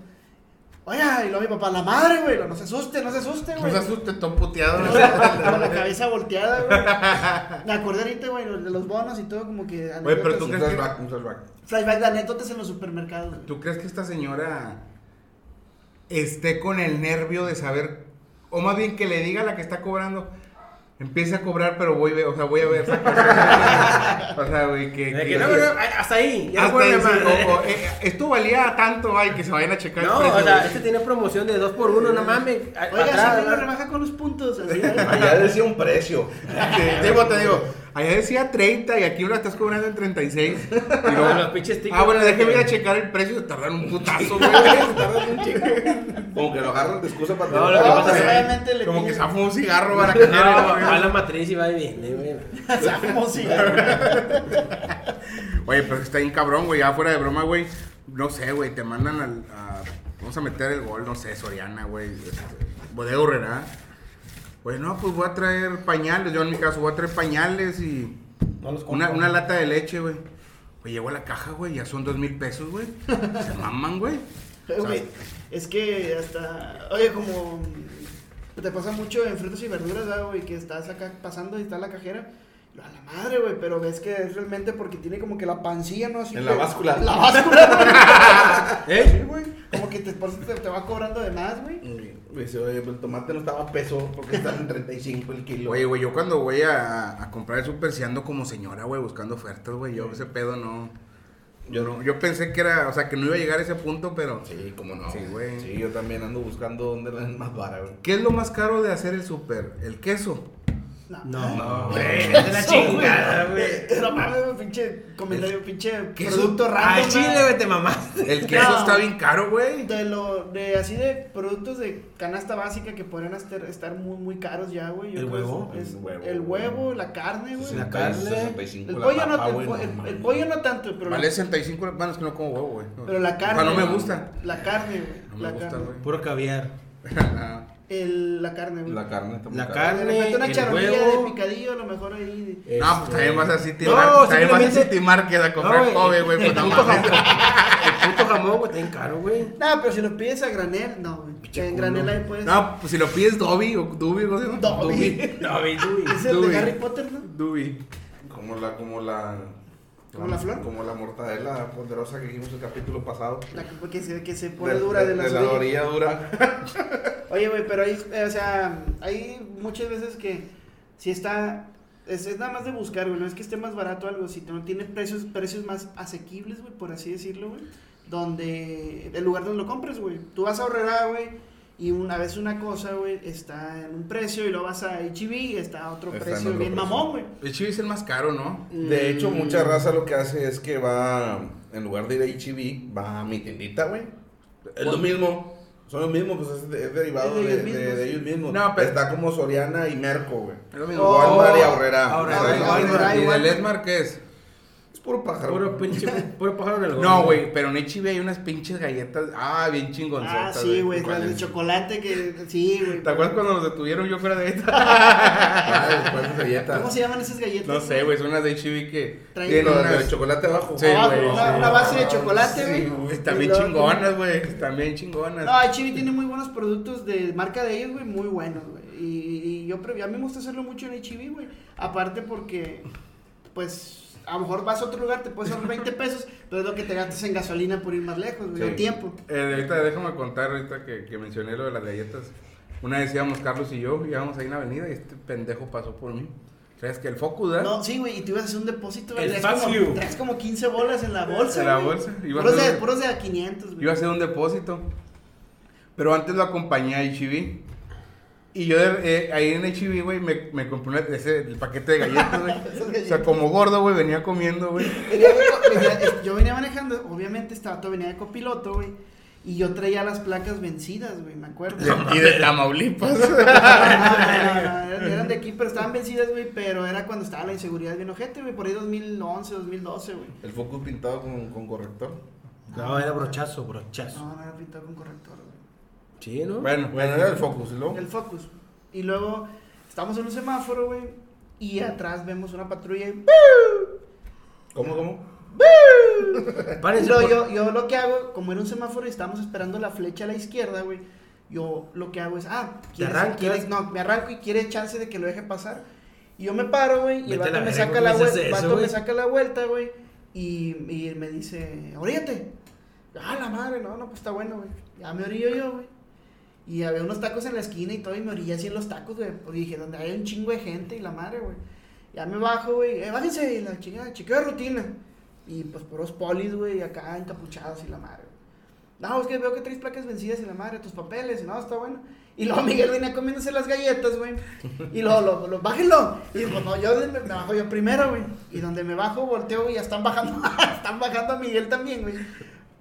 [SPEAKER 1] Oiga, y luego mi papá, la madre, güey, lo, no se asuste, no se asuste,
[SPEAKER 3] No
[SPEAKER 1] güey.
[SPEAKER 3] se asuste, todo puteado.
[SPEAKER 1] Con la con la cabeza volteada, güey. Me acordé ahorita, güey, de los bonos y todo, como que.
[SPEAKER 3] Oye, pero
[SPEAKER 1] anécdotas.
[SPEAKER 3] tú
[SPEAKER 2] Un
[SPEAKER 3] crees que-
[SPEAKER 2] flashback, un flashback.
[SPEAKER 1] Flashback de anécdotas en los supermercados. güey.
[SPEAKER 3] ¿Tú crees que esta señora esté con el nervio de saber, o más bien que le diga a la que está cobrando, empiece a cobrar, pero voy, a ver- o sea, voy a ver. o sea, güey, que...
[SPEAKER 4] De
[SPEAKER 3] que-
[SPEAKER 4] que no, pero, ay, hasta ahí. Ya
[SPEAKER 3] Eh, hasta
[SPEAKER 4] no
[SPEAKER 3] ahí,
[SPEAKER 4] puedo
[SPEAKER 3] sí,
[SPEAKER 4] llamar.
[SPEAKER 3] o- o, eh, esto valía tanto, ay, que se vayan a checar. el
[SPEAKER 4] No,
[SPEAKER 3] precio,
[SPEAKER 4] o sea,
[SPEAKER 3] güey.
[SPEAKER 4] este tiene promoción de 2x1, no mames. A-
[SPEAKER 1] Oiga,
[SPEAKER 4] atrás,
[SPEAKER 1] siempre
[SPEAKER 4] ¿verdad?
[SPEAKER 1] lo rebaja con los puntos. así, ¿eh?
[SPEAKER 2] Allá decía un precio.
[SPEAKER 3] Te te digo, te digo, allá decía 30 y aquí ahora estás cobrando en 36. Y luego,
[SPEAKER 4] los pinches tickets.
[SPEAKER 3] ah, bueno, déjeme ir a checar el precio, se tardaron un putazo, güey.
[SPEAKER 2] Como que lo agarran de excusa para
[SPEAKER 4] No,
[SPEAKER 1] No,
[SPEAKER 4] lo que pasa
[SPEAKER 1] pues,
[SPEAKER 4] es que-
[SPEAKER 1] obviamente le
[SPEAKER 3] Como que
[SPEAKER 1] pide-
[SPEAKER 3] zafó un cigarro para que
[SPEAKER 4] No, va a la matriz y va y viene, güey.
[SPEAKER 1] Zafó un cigarro.
[SPEAKER 3] Oye, pero está bien cabrón, güey. Ya fuera de broma, güey. No sé, güey. Te mandan al. a- vamos a meter el gol, no sé, Soriana, güey. este, Bodega Herrera. Güey, no, pues voy a traer pañales. Yo en mi caso voy a traer pañales y.
[SPEAKER 4] No los
[SPEAKER 3] Una,
[SPEAKER 4] compro.
[SPEAKER 3] una lata de leche, güey. Güey, llego a la caja, güey. Ya son dos mil pesos, güey. Se maman, güey.
[SPEAKER 1] Eh, güey, es que hasta. Oye, como. Te pasa mucho en frutas y verduras, ¿verdad, güey, que estás acá pasando y está la cajera. A la madre, güey, pero ves que es realmente porque tiene como que la pancilla, ¿no? Así
[SPEAKER 2] En la
[SPEAKER 1] que-
[SPEAKER 2] báscula.
[SPEAKER 1] La báscula, güey.
[SPEAKER 4] ¿Eh?
[SPEAKER 1] Sí, güey. Como que te, por eso te, te va cobrando de más, güey.
[SPEAKER 2] Dice, oye, pues el tomate no estaba a peso porque están en 35 el kilo.
[SPEAKER 3] Oye, güey, yo cuando voy a, a comprar el súper, si ando como señora, güey, buscando ofertas, güey. Yo ese pedo no. Yo no. Yo pensé que era. O sea, que no iba a llegar a ese punto, pero.
[SPEAKER 2] Sí, cómo no.
[SPEAKER 3] Sí, güey.
[SPEAKER 2] Sí, yo también ando buscando dónde la es más vara, güey.
[SPEAKER 3] ¿Qué es lo más caro de hacer el súper? El queso.
[SPEAKER 1] No.
[SPEAKER 4] No,
[SPEAKER 2] No,
[SPEAKER 1] Es
[SPEAKER 2] güey.
[SPEAKER 1] de la
[SPEAKER 4] Eso,
[SPEAKER 1] chingada,
[SPEAKER 4] güey.
[SPEAKER 1] güey. No mames, güey, pinche comentario, pinche
[SPEAKER 4] ¿Qué
[SPEAKER 1] producto
[SPEAKER 4] eso?
[SPEAKER 1] raro.
[SPEAKER 4] Al chile, güey, te mamaste.
[SPEAKER 3] El queso
[SPEAKER 1] No.
[SPEAKER 3] está bien caro, güey.
[SPEAKER 1] De lo, de así de productos de canasta básica que podrían estar, estar muy, muy caros ya, güey. Yo
[SPEAKER 4] ¿El
[SPEAKER 1] creo
[SPEAKER 4] huevo?
[SPEAKER 1] es- es-
[SPEAKER 2] El huevo,
[SPEAKER 1] el huevo,
[SPEAKER 2] güey.
[SPEAKER 1] la carne, güey.
[SPEAKER 2] 65,
[SPEAKER 4] La carne.
[SPEAKER 2] 65,
[SPEAKER 1] El
[SPEAKER 2] la
[SPEAKER 1] pollo,
[SPEAKER 2] papa,
[SPEAKER 1] no, el,
[SPEAKER 2] güey,
[SPEAKER 1] po- el-
[SPEAKER 2] mames.
[SPEAKER 1] el pollo no tanto, pero,
[SPEAKER 3] Vale 65, bueno, es que no como huevo, güey.
[SPEAKER 1] pero la carne.
[SPEAKER 3] O sea, no me
[SPEAKER 1] güey.
[SPEAKER 3] gusta.
[SPEAKER 1] La carne, güey.
[SPEAKER 3] No me
[SPEAKER 1] la
[SPEAKER 3] gusta,
[SPEAKER 1] carne.
[SPEAKER 3] güey.
[SPEAKER 4] Puro caviar.
[SPEAKER 1] El- la carne, güey.
[SPEAKER 2] La carne está muy
[SPEAKER 4] La
[SPEAKER 2] cara.
[SPEAKER 1] De repente una
[SPEAKER 4] el
[SPEAKER 1] charolilla
[SPEAKER 4] huevo.
[SPEAKER 1] de picadillo, a lo mejor ahí.
[SPEAKER 4] Este,
[SPEAKER 3] No, pues también vas a City
[SPEAKER 4] No,
[SPEAKER 3] Mar, también vas a
[SPEAKER 4] simplemente-
[SPEAKER 3] City Market a comprar
[SPEAKER 4] No,
[SPEAKER 3] Kobe, güey, pues
[SPEAKER 4] El
[SPEAKER 3] no
[SPEAKER 4] puto
[SPEAKER 3] mames.
[SPEAKER 4] jamón. El puto jamón, güey, está bien caro, güey.
[SPEAKER 1] No, pero si lo pides a granel, no, güey.
[SPEAKER 4] Pinche
[SPEAKER 1] En
[SPEAKER 4] culo.
[SPEAKER 1] granel ahí puedes.
[SPEAKER 3] No, pues si lo pides Dobby o Dubi, ¿cómo se llama?
[SPEAKER 1] Dobby.
[SPEAKER 4] No, güey, güey.
[SPEAKER 1] Es el
[SPEAKER 3] Dubi.
[SPEAKER 1] de Harry Potter, ¿no?
[SPEAKER 3] Dubi.
[SPEAKER 2] Como la, como la.
[SPEAKER 1] ¿Como la flor?
[SPEAKER 2] Como la mortadela ponderosa que dijimos el capítulo pasado.
[SPEAKER 1] La que, que se, que se pone dura de, las
[SPEAKER 2] la
[SPEAKER 1] orillas.
[SPEAKER 2] orilla dura.
[SPEAKER 1] Oye, güey, pero hay, eh, o sea, hay muchas veces que si está, es, es nada más de buscar, güey, no es que esté más barato algo, si no tiene precios, precios más asequibles, güey, por así decirlo, güey, donde, el lugar donde lo compres, güey, tú vas a ahorrar, ah, güey, y una vez una cosa, güey, está en un precio y lo vas a HB y está a otro
[SPEAKER 2] Está en
[SPEAKER 1] precio
[SPEAKER 2] otro
[SPEAKER 1] bien
[SPEAKER 2] precio.
[SPEAKER 1] mamón, güey.
[SPEAKER 3] El chivo es el más caro, ¿no?
[SPEAKER 2] De
[SPEAKER 1] Mm.
[SPEAKER 2] hecho, mucha raza lo que hace es que va, en lugar de ir a HB, va a mi tiendita, güey. Es lo mismo. Son los mismos, pues es, de- es derivado
[SPEAKER 1] Es de
[SPEAKER 2] de,
[SPEAKER 1] ellos
[SPEAKER 2] de-
[SPEAKER 1] mismos.
[SPEAKER 2] de ellos mismos.
[SPEAKER 3] No, pero-
[SPEAKER 2] Está como Soriana y Merco, güey.
[SPEAKER 3] Es lo mismo.
[SPEAKER 1] Oh,
[SPEAKER 2] Walmart y Aurrera.
[SPEAKER 4] Aurrera,
[SPEAKER 2] Aurrera,
[SPEAKER 1] Aurrera,
[SPEAKER 2] Aurrera.
[SPEAKER 1] Aurrera.
[SPEAKER 3] ¿Y del Edmar qué es?
[SPEAKER 2] Es puro pájaro.
[SPEAKER 4] Puro pinche, puro pájaro en el
[SPEAKER 3] No, güey, pero en HB hay unas pinches galletas. Ah, bien
[SPEAKER 1] Ah,
[SPEAKER 3] chingonzotas.
[SPEAKER 1] sí, güey,
[SPEAKER 3] ¿Cuál
[SPEAKER 1] las de
[SPEAKER 3] es?
[SPEAKER 1] chocolate que, sí, güey.
[SPEAKER 3] ¿Te acuerdas cuando nos detuvieron yo fuera de esta?
[SPEAKER 2] Ah, ¿Cuántas galletas?
[SPEAKER 1] ¿Cómo se llaman esas galletas?
[SPEAKER 3] No sé, güey, son unas de HB que
[SPEAKER 1] Traen-
[SPEAKER 2] Tiene
[SPEAKER 3] tienen
[SPEAKER 2] lo de
[SPEAKER 3] unas...
[SPEAKER 2] chocolate abajo.
[SPEAKER 3] Sí,
[SPEAKER 1] Abajo,
[SPEAKER 3] güey,
[SPEAKER 1] una,
[SPEAKER 3] sí.
[SPEAKER 1] una base de chocolate,
[SPEAKER 2] Sí,
[SPEAKER 1] güey.
[SPEAKER 3] Están
[SPEAKER 1] Y
[SPEAKER 3] bien
[SPEAKER 1] luego-
[SPEAKER 3] chingonas, güey, están bien chingonas.
[SPEAKER 1] No, Chibi tiene muy buenos productos de marca de ellos, güey, muy buenos, güey. Y, y yo, pre- a mí me gusta hacerlo mucho en Chibi, güey. Aparte porque, pues, a lo mejor vas a otro lugar, te puedes ahorrar 20 pesos, pero es lo que te gastas en gasolina por ir más lejos, güey,
[SPEAKER 2] Sí.
[SPEAKER 1] o tiempo.
[SPEAKER 3] Eh, ahorita déjame contar, ahorita que, que mencioné lo de las galletas. Una vez íbamos Carlos y yo, íbamos ahí en la avenida y este pendejo pasó por mí. ¿Sabes que el Focus, ¿verdad?
[SPEAKER 1] No, sí, güey, y te ibas a hacer un depósito,
[SPEAKER 4] El
[SPEAKER 1] güey. traes
[SPEAKER 4] Fast
[SPEAKER 1] como-
[SPEAKER 4] Fuel.
[SPEAKER 1] Traes como 15 bolas en la bolsa,
[SPEAKER 3] En la
[SPEAKER 1] güey.
[SPEAKER 3] bolsa, iba a
[SPEAKER 1] Puros de,
[SPEAKER 3] hacer-
[SPEAKER 1] puros de a 500,
[SPEAKER 3] Iba a
[SPEAKER 1] güey.
[SPEAKER 3] hacer un depósito. Pero antes lo acompañé a HB. Y yo de- eh, ahí en HB, güey, me, me compré una- ese, el paquete de galletas, güey.
[SPEAKER 1] Esas
[SPEAKER 3] o sea, como gordo, güey, venía comiendo, güey.
[SPEAKER 1] Venía- venía- yo venía manejando, obviamente estaba todo venía de copiloto, güey. Y yo traía las placas vencidas, güey, me acuerdo.
[SPEAKER 3] Y de Tamaulipas.
[SPEAKER 1] Ah, eran eran de aquí, pero estaban vencidas, güey. Pero era cuando estaba la inseguridad bien ojete, güey. Por ahí 2011, 2012, güey.
[SPEAKER 2] El foco pintado con, con corrector.
[SPEAKER 4] No, era brochazo, brochazo.
[SPEAKER 1] No, no era pintado con corrector, güey.
[SPEAKER 4] Sí, ¿no?
[SPEAKER 3] bueno,
[SPEAKER 2] Bueno, era el Focus, ¿no?
[SPEAKER 1] El Focus. Y luego estamos en un semáforo, güey. Y atrás vemos una patrulla. Y
[SPEAKER 2] ¿Cómo, cómo?
[SPEAKER 4] Párense.
[SPEAKER 1] Pero
[SPEAKER 4] por-
[SPEAKER 1] yo, yo lo que hago, como era un semáforo y estábamos esperando la flecha a la izquierda, güey. Yo lo que hago es, ah, ¿quieres,
[SPEAKER 4] arrancas?
[SPEAKER 1] quieres- no, me arranco y quiere chance de que lo deje pasar. Y yo me paro, güey, y
[SPEAKER 4] Vete
[SPEAKER 1] el vato
[SPEAKER 4] a la
[SPEAKER 1] me
[SPEAKER 4] verga,
[SPEAKER 1] saca
[SPEAKER 4] ¿por qué
[SPEAKER 1] la
[SPEAKER 4] me haces
[SPEAKER 1] vuelta, el
[SPEAKER 4] eso,
[SPEAKER 1] vato me
[SPEAKER 4] güey?
[SPEAKER 1] saca la vuelta, güey, y, y me dice, oríate. Ah, la madre, no, no, pues está bueno, güey. Ya me orillo yo, güey. Y había unos tacos en la esquina y todo, y me orillé así en los tacos, güey. Porque dije, donde hay un chingo de gente y la madre, güey. Ya me bajo, güey. Eh, bájense, y la chingada, chequeo de rutina. Y pues puros polis, güey, acá encapuchados y la madre, güey. No, es que veo que traes placas vencidas y la madre, tus papeles, no, está bueno. Y luego Miguel venía comiéndose las galletas, güey. Y luego, lo, lo- bájenlo. Y pues no, yo me, me bajo yo primero, güey. Y donde me bajo, volteo y ya están bajando, están bajando a Miguel también, güey.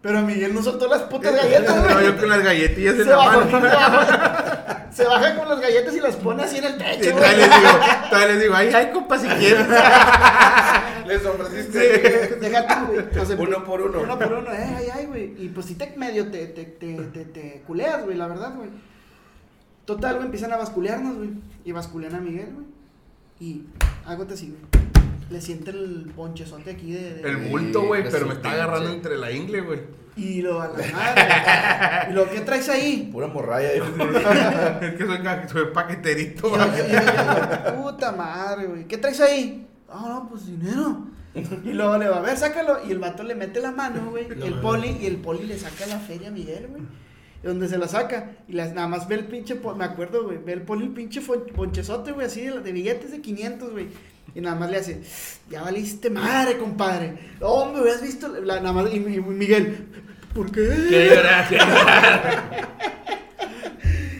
[SPEAKER 1] Pero Miguel no soltó las putas galletas,
[SPEAKER 3] Eh, No,
[SPEAKER 1] güey.
[SPEAKER 3] yo con las galletillas en
[SPEAKER 1] Se
[SPEAKER 3] la
[SPEAKER 1] bajó, se
[SPEAKER 3] mano.
[SPEAKER 1] baja, se baja con las galletas y las pone así en el
[SPEAKER 3] Y
[SPEAKER 1] techo,
[SPEAKER 3] todavía
[SPEAKER 1] güey.
[SPEAKER 3] les digo, todavía les digo, ay, ay, compa, si quieres.
[SPEAKER 2] Les ofreciste.
[SPEAKER 1] Déjate, güey. Entonces,
[SPEAKER 2] Uno por uno.
[SPEAKER 1] Uno por uno, eh, ay, ay, güey. Y pues sí te medio te, te, te, te, te culeas, güey, la verdad, güey. Total, güey, empiezan a basculearnos, güey. Y basculean a Miguel, güey. Y hágote así, güey. Le siente el ponchezote aquí de. de-
[SPEAKER 3] El bulto, güey, pero me está
[SPEAKER 2] Sí,
[SPEAKER 3] agarrando
[SPEAKER 2] sí.
[SPEAKER 3] entre la ingle, güey.
[SPEAKER 1] Y lo a la madre. güey. y lo que traes ahí.
[SPEAKER 2] Pura morralla, dijo.
[SPEAKER 3] Es que soy, ca- soy
[SPEAKER 1] Y
[SPEAKER 3] paqueterito.
[SPEAKER 1] yo, yo- yo- yo- puta madre, güey. ¿Qué traes ahí? Ah, no, pues dinero. Y luego le va a ver, sácalo. Y el vato le mete la mano, güey. Y el poli, y el poli le saca la feria a Miguel, güey. Y Donde se la saca. Y las, nada más ve el pinche, po- me acuerdo, güey. Ve el poli el pinche fon- ponchezote, güey, así de, de billetes de 500, güey. Y nada más le hace, ya valiste madre, compadre. Oh, me hubieras visto. la- nada más, y, mi- Miguel, ¿por qué?
[SPEAKER 4] Qué gracia.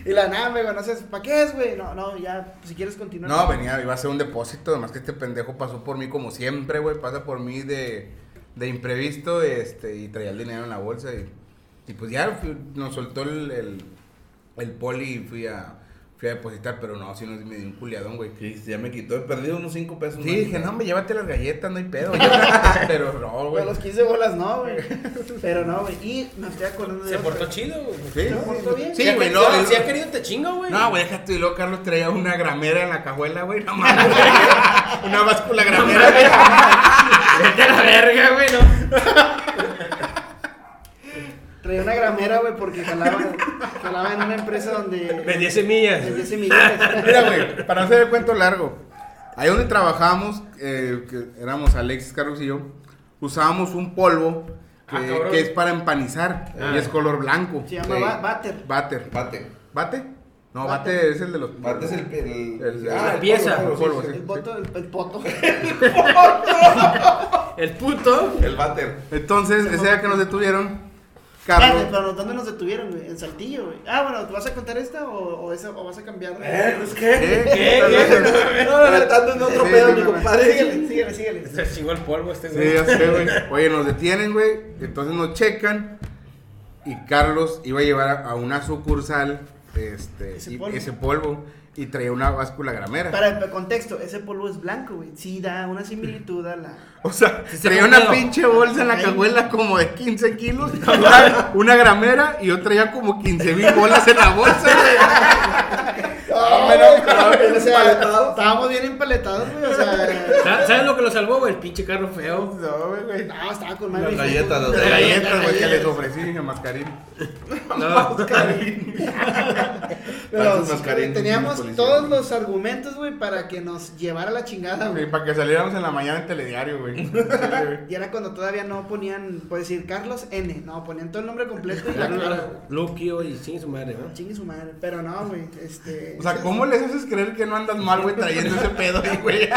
[SPEAKER 1] Y Y la nada, güey, no sé, ¿para qué es, güey? No, no, ya, si quieres continuar.
[SPEAKER 3] No, venía, iba a ser un depósito, además que este pendejo pasó por mí como siempre, güey, pasa por mí de, de imprevisto, este, y traía el dinero en la bolsa y, y pues ya fui- nos soltó el, el, el poli y fui a, fui a depositar, pero no, si no me dio un culiadón, güey.
[SPEAKER 2] Sí, ya me quitó, he perdido unos 5 pesos.
[SPEAKER 3] Sí,
[SPEAKER 2] ¿no?
[SPEAKER 3] dije, no, me llévate las galletas, no hay pedo. llévatelas", pero no,
[SPEAKER 1] Güey,
[SPEAKER 3] güey.
[SPEAKER 1] a los 15 bolas no, güey. Pero no, güey. Y me estoy acordando de.
[SPEAKER 5] Se
[SPEAKER 1] otra.
[SPEAKER 5] portó chido, güey.
[SPEAKER 3] Sí,
[SPEAKER 1] ¿No? ¿Portó bien?
[SPEAKER 3] Sí,
[SPEAKER 5] Si ha
[SPEAKER 3] güey,
[SPEAKER 5] querido-
[SPEAKER 3] no,
[SPEAKER 5] Si ha
[SPEAKER 3] no.
[SPEAKER 5] querido, te chingo, güey.
[SPEAKER 3] No, güey, déjate, y luego Carlos traía una gramera en la cajuela, güey. No mames, güey. Una báscula gramera, güey.
[SPEAKER 5] Vete a la verga, güey, no.
[SPEAKER 1] Traía una gramera, güey, porque jalaba, jalaba en una empresa donde.
[SPEAKER 5] Vendía semillas.
[SPEAKER 1] Vendía semillas.
[SPEAKER 3] Mira, güey, para no hacer el cuento largo, ahí donde trabajábamos, eh, que éramos Alexis Carlos y yo, usábamos un polvo que,
[SPEAKER 5] Ah, cabrón.
[SPEAKER 3] que es para empanizar
[SPEAKER 5] Ah.
[SPEAKER 3] y es color blanco.
[SPEAKER 1] Se llama
[SPEAKER 2] Sí.
[SPEAKER 1] ba- Butter.
[SPEAKER 3] Bater.
[SPEAKER 2] Bate.
[SPEAKER 3] ¿Bate? No,
[SPEAKER 1] Bate.
[SPEAKER 3] bate, es el de los.
[SPEAKER 2] Bate es el. el,
[SPEAKER 3] El-
[SPEAKER 2] ah,
[SPEAKER 3] la
[SPEAKER 2] el
[SPEAKER 5] pieza.
[SPEAKER 2] polvo,
[SPEAKER 3] El polvo,
[SPEAKER 2] sí,
[SPEAKER 3] sí.
[SPEAKER 1] El voto, el, el poto.
[SPEAKER 5] El puto.
[SPEAKER 2] sí. El bater.
[SPEAKER 3] Entonces, ese día que nos detuvieron,
[SPEAKER 1] Espérate,
[SPEAKER 3] Carlos.
[SPEAKER 1] Pero ¿dónde nos detuvieron, güey? En Saltillo, güey. Ah, bueno, ¿tú vas a contar esta o, o, esa, o vas a cambiar?
[SPEAKER 3] ¿Eh?
[SPEAKER 1] Tratando en
[SPEAKER 3] otro Sí, pedo, sí, mi sí,
[SPEAKER 1] compadre. Síguele, síguele, síguele.
[SPEAKER 5] Se chingó el polvo este,
[SPEAKER 3] Sí,
[SPEAKER 5] güey.
[SPEAKER 3] ya sé, güey. Oye, nos detienen, güey. Entonces nos checan. Y Carlos iba a llevar a, a una sucursal este,
[SPEAKER 1] Ese
[SPEAKER 3] y-
[SPEAKER 1] polvo.
[SPEAKER 3] ese polvo. Y traía una báscula gramera.
[SPEAKER 1] Para el contexto, ese polvo es blanco, güey. Sí, da una similitud a la.
[SPEAKER 3] O sea,
[SPEAKER 5] Sí, sí,
[SPEAKER 3] traía
[SPEAKER 5] no
[SPEAKER 3] una
[SPEAKER 5] puedo.
[SPEAKER 3] pinche bolsa en la
[SPEAKER 1] Ahí.
[SPEAKER 3] cajuela como de 15 kilos, una, una gramera y yo traía como 15 mil bolas en la bolsa. güey.
[SPEAKER 1] No,
[SPEAKER 3] pero-
[SPEAKER 1] pero, o sea, estábamos bien empaletados, güey. O sea,
[SPEAKER 5] ¿Sabes sabes lo que lo salvó, güey? El pinche carro feo.
[SPEAKER 3] No, güey, güey.
[SPEAKER 1] no, estaba con madre.
[SPEAKER 2] Las galletas, las
[SPEAKER 3] De galletas, güey, que
[SPEAKER 1] galletas.
[SPEAKER 3] les ofrecí a Mascarín.
[SPEAKER 5] No.
[SPEAKER 1] Pero
[SPEAKER 2] Tantos
[SPEAKER 1] sí,
[SPEAKER 2] mascarín, una
[SPEAKER 1] teníamos
[SPEAKER 2] policía.
[SPEAKER 1] todos los argumentos, güey, para que nos llevara la chingada,
[SPEAKER 3] Sí,
[SPEAKER 1] güey.
[SPEAKER 3] para que saliéramos en la mañana en telediario, güey. Sí, güey.
[SPEAKER 1] Y era cuando todavía no ponían, por decir, Carlos N. No, ponían todo el nombre completo y la cara, güey.
[SPEAKER 5] Luquio y sin su madre, ¿no?
[SPEAKER 1] Chingue su madre. Pero no, güey. Este.
[SPEAKER 3] O sea, ¿cómo les haces creer que no andas mal, güey, trayendo ese pedo ahí, güey?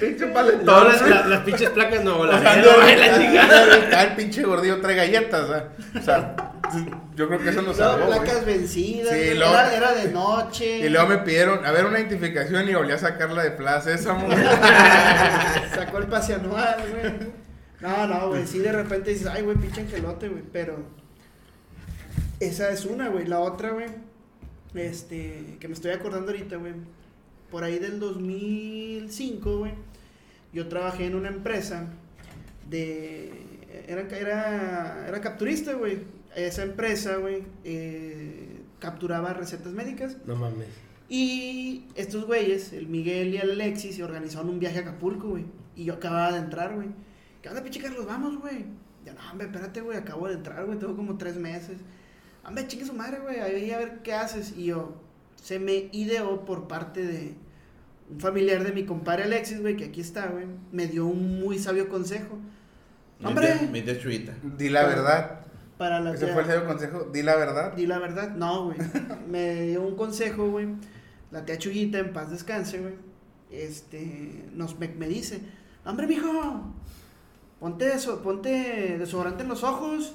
[SPEAKER 3] Pinche paletón.
[SPEAKER 5] No, las, la- las pinches placas no, la
[SPEAKER 3] O sea,
[SPEAKER 5] verga,
[SPEAKER 3] no,
[SPEAKER 5] güey, la
[SPEAKER 3] no,
[SPEAKER 5] chingada.
[SPEAKER 3] no, está el pinche gordillo trae galletas, ¿ah? o sea, yo creo que eso nos
[SPEAKER 1] Luego
[SPEAKER 3] salvó,
[SPEAKER 1] placas
[SPEAKER 3] güey.
[SPEAKER 1] vencidas.
[SPEAKER 3] Sí,
[SPEAKER 1] güey,
[SPEAKER 3] luego-
[SPEAKER 1] era, era de noche.
[SPEAKER 3] Y luego me pidieron, a ver, una identificación y volví a sacarla de plaza esa,
[SPEAKER 1] Sacó el pase anual, güey. No, no, güey. Sí, de repente dices, ay, güey, pinche angelote, güey. Pero. Esa es una, güey. La otra, güey. Este. Que me estoy acordando ahorita, güey. Por ahí del 2005, güey. Yo trabajé en una empresa de. Era, era, era capturista, güey. Esa empresa, güey. eh, capturaba recetas médicas.
[SPEAKER 5] No mames.
[SPEAKER 1] Y estos güeyes, el Miguel y el Alexis, se organizaron un viaje a Acapulco, güey. Y yo acababa de entrar, güey. ¿Qué onda, pinche Carlos? Vamos, güey. Ya, no, hombre, espérate, güey. Acabo de entrar, güey. Tengo como tres meses. Hombre, chingue su madre, güey. Ahí a ver qué haces. Y yo, se me ideó por parte de un familiar de mi compadre Alexis, güey, que aquí está, güey. Me dio un muy sabio consejo. Hombre.
[SPEAKER 2] Mi tía- Mi tía Chuita.
[SPEAKER 3] Di la verdad.
[SPEAKER 1] Para la
[SPEAKER 3] Ese
[SPEAKER 1] tía-
[SPEAKER 3] fue el serio consejo, di la verdad.
[SPEAKER 1] Di la verdad, no, güey. Me dio un consejo, güey. La tía Chuyita, en paz descanse, güey. Este, nos, me, me dice, hombre, mijo, ponte, deso- ponte desodorante en los ojos